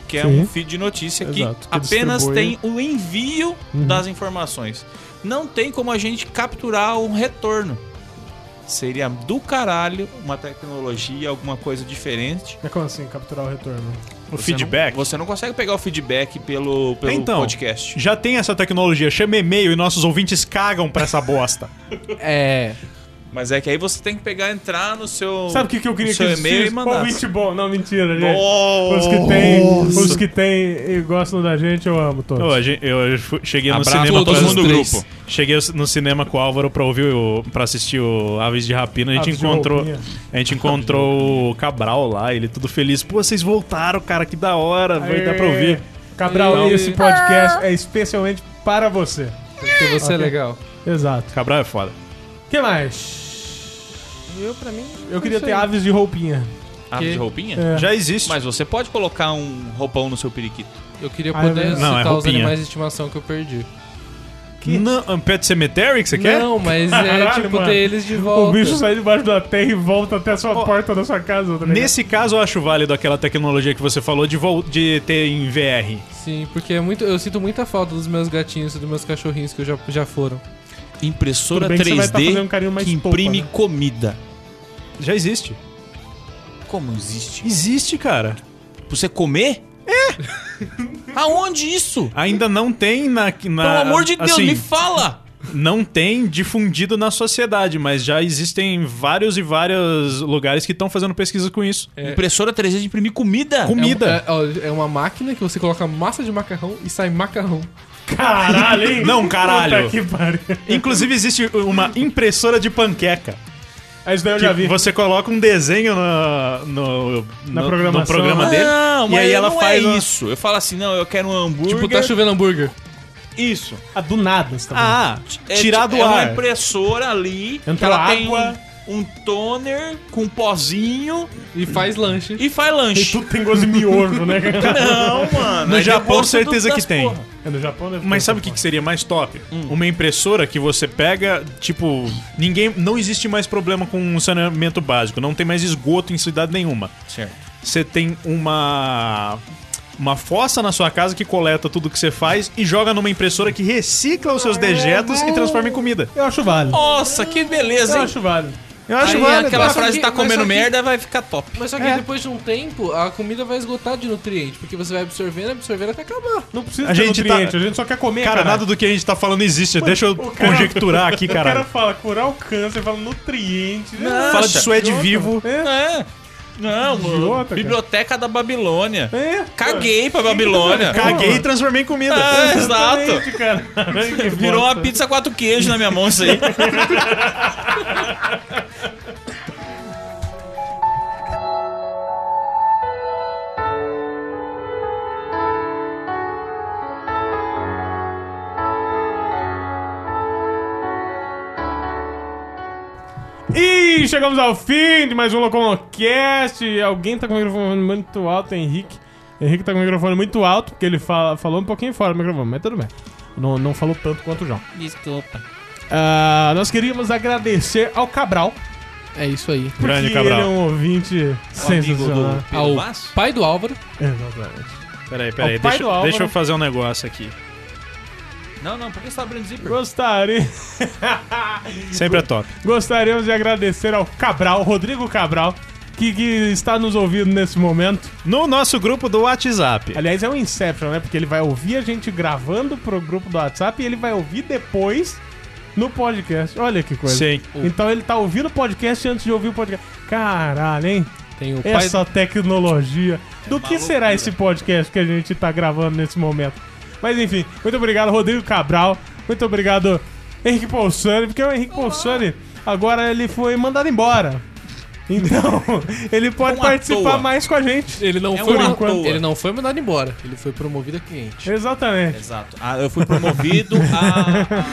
que é Sim. um feed de notícia que, Exato, que apenas distribui. Uhum. tem o envio das informações. Não tem como a gente capturar um retorno. Seria do caralho uma tecnologia, alguma coisa diferente É como assim, capturar o retorno? O você feedback. não- você não consegue pegar o feedback pelo, pelo Então. podcast. Já tem essa tecnologia. Chama e-mail e nossos ouvintes cagam pra essa bosta. É. Mas é que aí você tem que pegar, entrar no seu. Sabe o que, que eu queria no que seu e-mail e existisse? mandar. Oh! Ouvinte bom. Não, mentira, gente. Nossa. Os né? que tem, os que tem e gostam da gente, eu amo todos. Ô, a gente- eu fu- cheguei no Abraço cinema a todo pra- mundo do três. grupo. Cheguei no cinema com o Álvaro pra ouvir o, pra assistir o Aves de Rapina, a gente Aves de encontrou. roupinha. A gente encontrou o Cabral lá, ele tudo feliz. Pô, vocês voltaram, cara, que da hora, vai dar pra ouvir. Então- Cabral, Aê. esse podcast é especialmente para você. Porque você é legal. Exato. Cabral é foda. O que mais? Eu, pra mim. Eu queria ter aves de roupinha. Ave Ah, de roupinha? É. Já existe. Mas você pode colocar um roupão no seu periquito. Eu queria Ah, é poder verdade. Não, é citar os roupinha. animais de estimação que eu perdi. Não, um Pet Cemetery que você quer? Não, mas é Caralho, tipo mano. ter eles de volta. O bicho sai debaixo da terra e volta até a sua Ó, porta da sua casa. Tá ligado? Nesse caso, eu acho válido aquela tecnologia que você falou de, vol- de ter em VR. Sim, porque é muito, eu sinto muita falta dos meus gatinhos e dos meus cachorrinhos que eu já, já foram. Impressora Tudo bem que você vai tá 3D fazendo um carinho mais que imprime polpa, né? comida. Já existe. Como existe? Existe, cara. Pra Você comer? É! Aonde isso? Ainda não tem na. na Pelo Ah, amor de Deus, assim, me fala! não tem difundido na sociedade, mas já existem vários e vários lugares que estão fazendo pesquisa com isso. É, é. Impressora 3D de imprimir comida? Com- Comida. É, um- é- ó, é uma máquina que você coloca massa de macarrão e sai macarrão. Caralho, hein? Não, caralho. Puta que pariu. Inclusive, existe uma impressora de panqueca. Ah, Isso daí eu Que já vi. Você coloca um desenho na- no, Na no- programação. no programa Ah, dele. Não, e mas aí ela não faz é uma- isso. Eu falo assim, não, eu quero um hambúrguer. Tipo, tá chovendo hambúrguer. Isso. Ah, do nada isso também. Ah, É, tirar ti- do é uma ar. impressora ali, que Entra ela água. tem um, um toner com um pozinho E faz lanche. e faz Ah, E lanche. tudo tem gosto de miojo, né? Não, mano. No aí Japão, demonstra certeza das que tem. porra. É do Japão, né? Mas sabe o que, que seria mais top? Hum. Uma impressora que você pega, tipo, ninguém. Não existe mais problema com um saneamento básico, não tem mais esgoto em cidade nenhuma. Certo. Você tem uma. Uma fossa na sua casa que coleta tudo que você faz e joga numa impressora que recicla os seus dejetos e transforma em comida. Eu acho válido. Nossa, que beleza, Eu hein? acho válido. Eu acho Aí válido. aquela Mas só frase que- tá mas comendo só que- merda vai ficar top. Mas só que É. depois de um tempo, a comida vai esgotar de nutriente, porque você vai absorvendo, absorvendo até acabar. Não precisa A ter gente tá- nutriente, a gente só quer comer, Cara, caralho. nada do que a gente tá falando existe. Deixa eu o cara- conjecturar aqui, O cara cara. fala curar o câncer, fala nutriente. né? Não. Fala acha de suede idiota. vivo. É. Não, Idiota, mano. cara. Biblioteca da Babilônia. É. Caguei pra Babilônia. Caguei e transformei em comida. Ah, É, exato. Exatamente, cara. Que Virou uma bosta. pizza quatro queijos na minha mão isso aí. E chegamos ao fim de mais um Locomoncast. Alguém tá com o microfone muito alto, Henrique. Henrique tá com o microfone muito alto, porque ele fala- falou um pouquinho fora do microfone, mas tudo bem. Não, não falou tanto quanto o João. Desculpa. Ah, nós queríamos agradecer ao Cabral, É isso aí. porque Grande ele é Cabral. um ouvinte Amigo sensacional. do Ao Pedro Basso? pai do Álvaro. Exatamente. Peraí, É peraí. o pai Deixa, do Álvaro. deixa eu fazer um negócio aqui. Não, não, por que você tá abrindo zíper? Gostaria. Sempre é top. Gostaríamos de agradecer ao Cabral, Rodrigo Cabral, que, que está nos ouvindo nesse momento. No nosso grupo do WhatsApp. Aliás, é um Inception, né? Porque ele vai ouvir a gente gravando pro grupo do WhatsApp e ele vai ouvir depois no podcast. Olha que coisa. Sim. Então ele tá ouvindo o podcast antes de ouvir o podcast. Caralho, hein? Tem o pai Essa tecnologia. Do que uma será loucura. esse podcast que a gente tá gravando nesse momento? Mas enfim, muito obrigado, Rodrigo Cabral. Muito obrigado, Henrique Poussani, porque o Henrique Poussani agora ele foi mandado embora. Então, ele pode Não à participar toa. mais com a gente. Ele não, É foi uma mandado- toa. ele não foi mandado embora, ele foi promovido a cliente. Exatamente. Exato. Ah, eu fui promovido a, a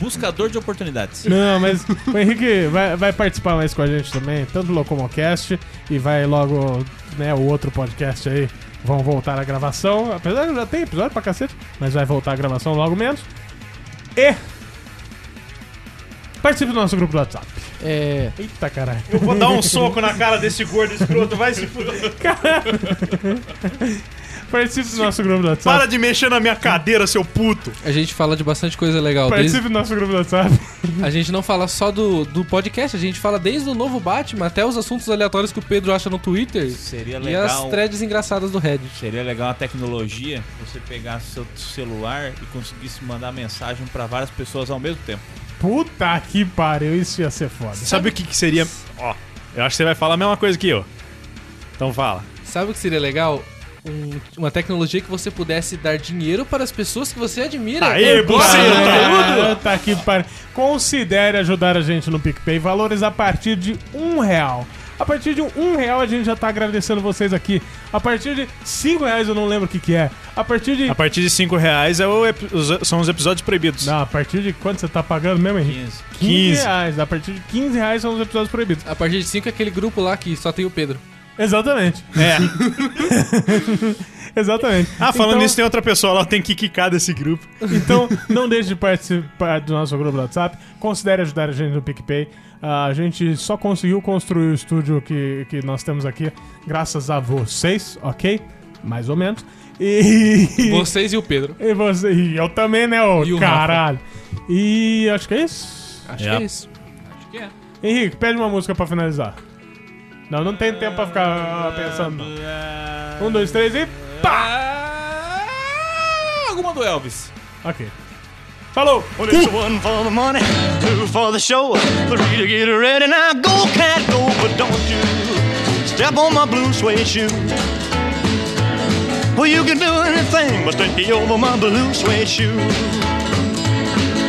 buscador de oportunidades. Não, mas o Henrique vai, vai participar mais com a gente também, tanto do Locomocast e vai logo, né, o outro podcast aí. Vão voltar a gravação. Apesar que já tem episódio pra cacete, mas vai voltar a gravação logo menos. E. Participe do nosso grupo do WhatsApp. É. Eita caralho. Eu vou dar um soco na cara desse gordo escroto, vai se fuder. Participe do nosso grupo do Para WhatsApp. de mexer na minha cadeira, seu puto. A gente fala de bastante coisa legal. Desde, Participe do nosso grupo do WhatsApp. a gente não fala só do, do podcast, a gente fala desde o novo Batman até os assuntos aleatórios que o Pedro acha no Twitter Seria e as é legal. threads engraçadas do Reddit. Seria legal a tecnologia, você pegasse seu celular e conseguisse mandar mensagem pra várias pessoas ao mesmo tempo. Puta que pariu, isso ia ser foda. Sabe o que, que seria. Ó, eu acho que você vai falar a mesma coisa que eu. Então fala. Sabe o que seria legal? Um- uma tecnologia que você pudesse dar dinheiro para as pessoas que você admira. Aê, Por- você- Puta Puta que pariu. Considere ajudar a gente no PicPay. Valores a partir de um real. A partir de um real a gente já tá agradecendo vocês aqui. A partir de cinco reais eu não lembro o que que é. A partir de... A partir de 5 reais é o epi- os- são os episódios proibidos. Não, a partir de quanto você tá pagando mesmo, Henrique? 15. 15 15. reais. A partir de 15 reais são os episódios proibidos. A partir de 5 é aquele grupo lá que só tem o Pedro. Exatamente. É. Exatamente. Ah, falando Então- nisso, tem outra pessoa lá, tem que quicar desse grupo. Então, não deixe de participar do nosso grupo do WhatsApp. Considere ajudar a gente no PicPay. Ah, a gente só conseguiu construir o estúdio que, que nós temos aqui graças a vocês, ok? Mais ou menos. E, Vocês e o Pedro. e, você- e eu também, né, ô E o caralho. E acho que é isso. Acho Yeah. que é isso. Acho que é. Henrique, pede uma música pra finalizar. Não, não tem tempo pra ficar ah, pensando. não. Um, dois, três e... Alguma do Elvis. Ok. Falou! Well, it's one for the money, two for the show, three to get ready. Now go, cat, go, but don't you step on my blue suede shoe. Well, you can do anything but take me over my blue suede shoe.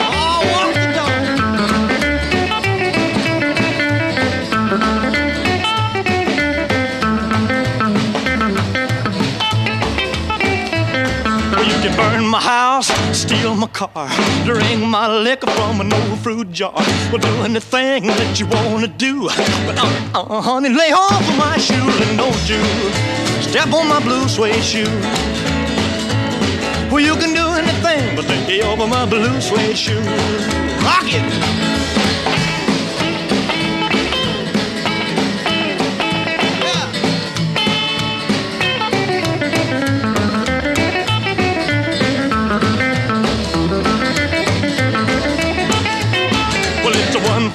Oh, walk the dog. Well, You can burn my house, steal my car, drink my liquor from an old fruit jar. Well, do anything that you wanna do, but uh, uh, honey, lay off of my shoe and don't you step on my blue suede shoe. Well, you can do anything but lay over my blue suede shoe. Rock it. Yeah. Well, it's a one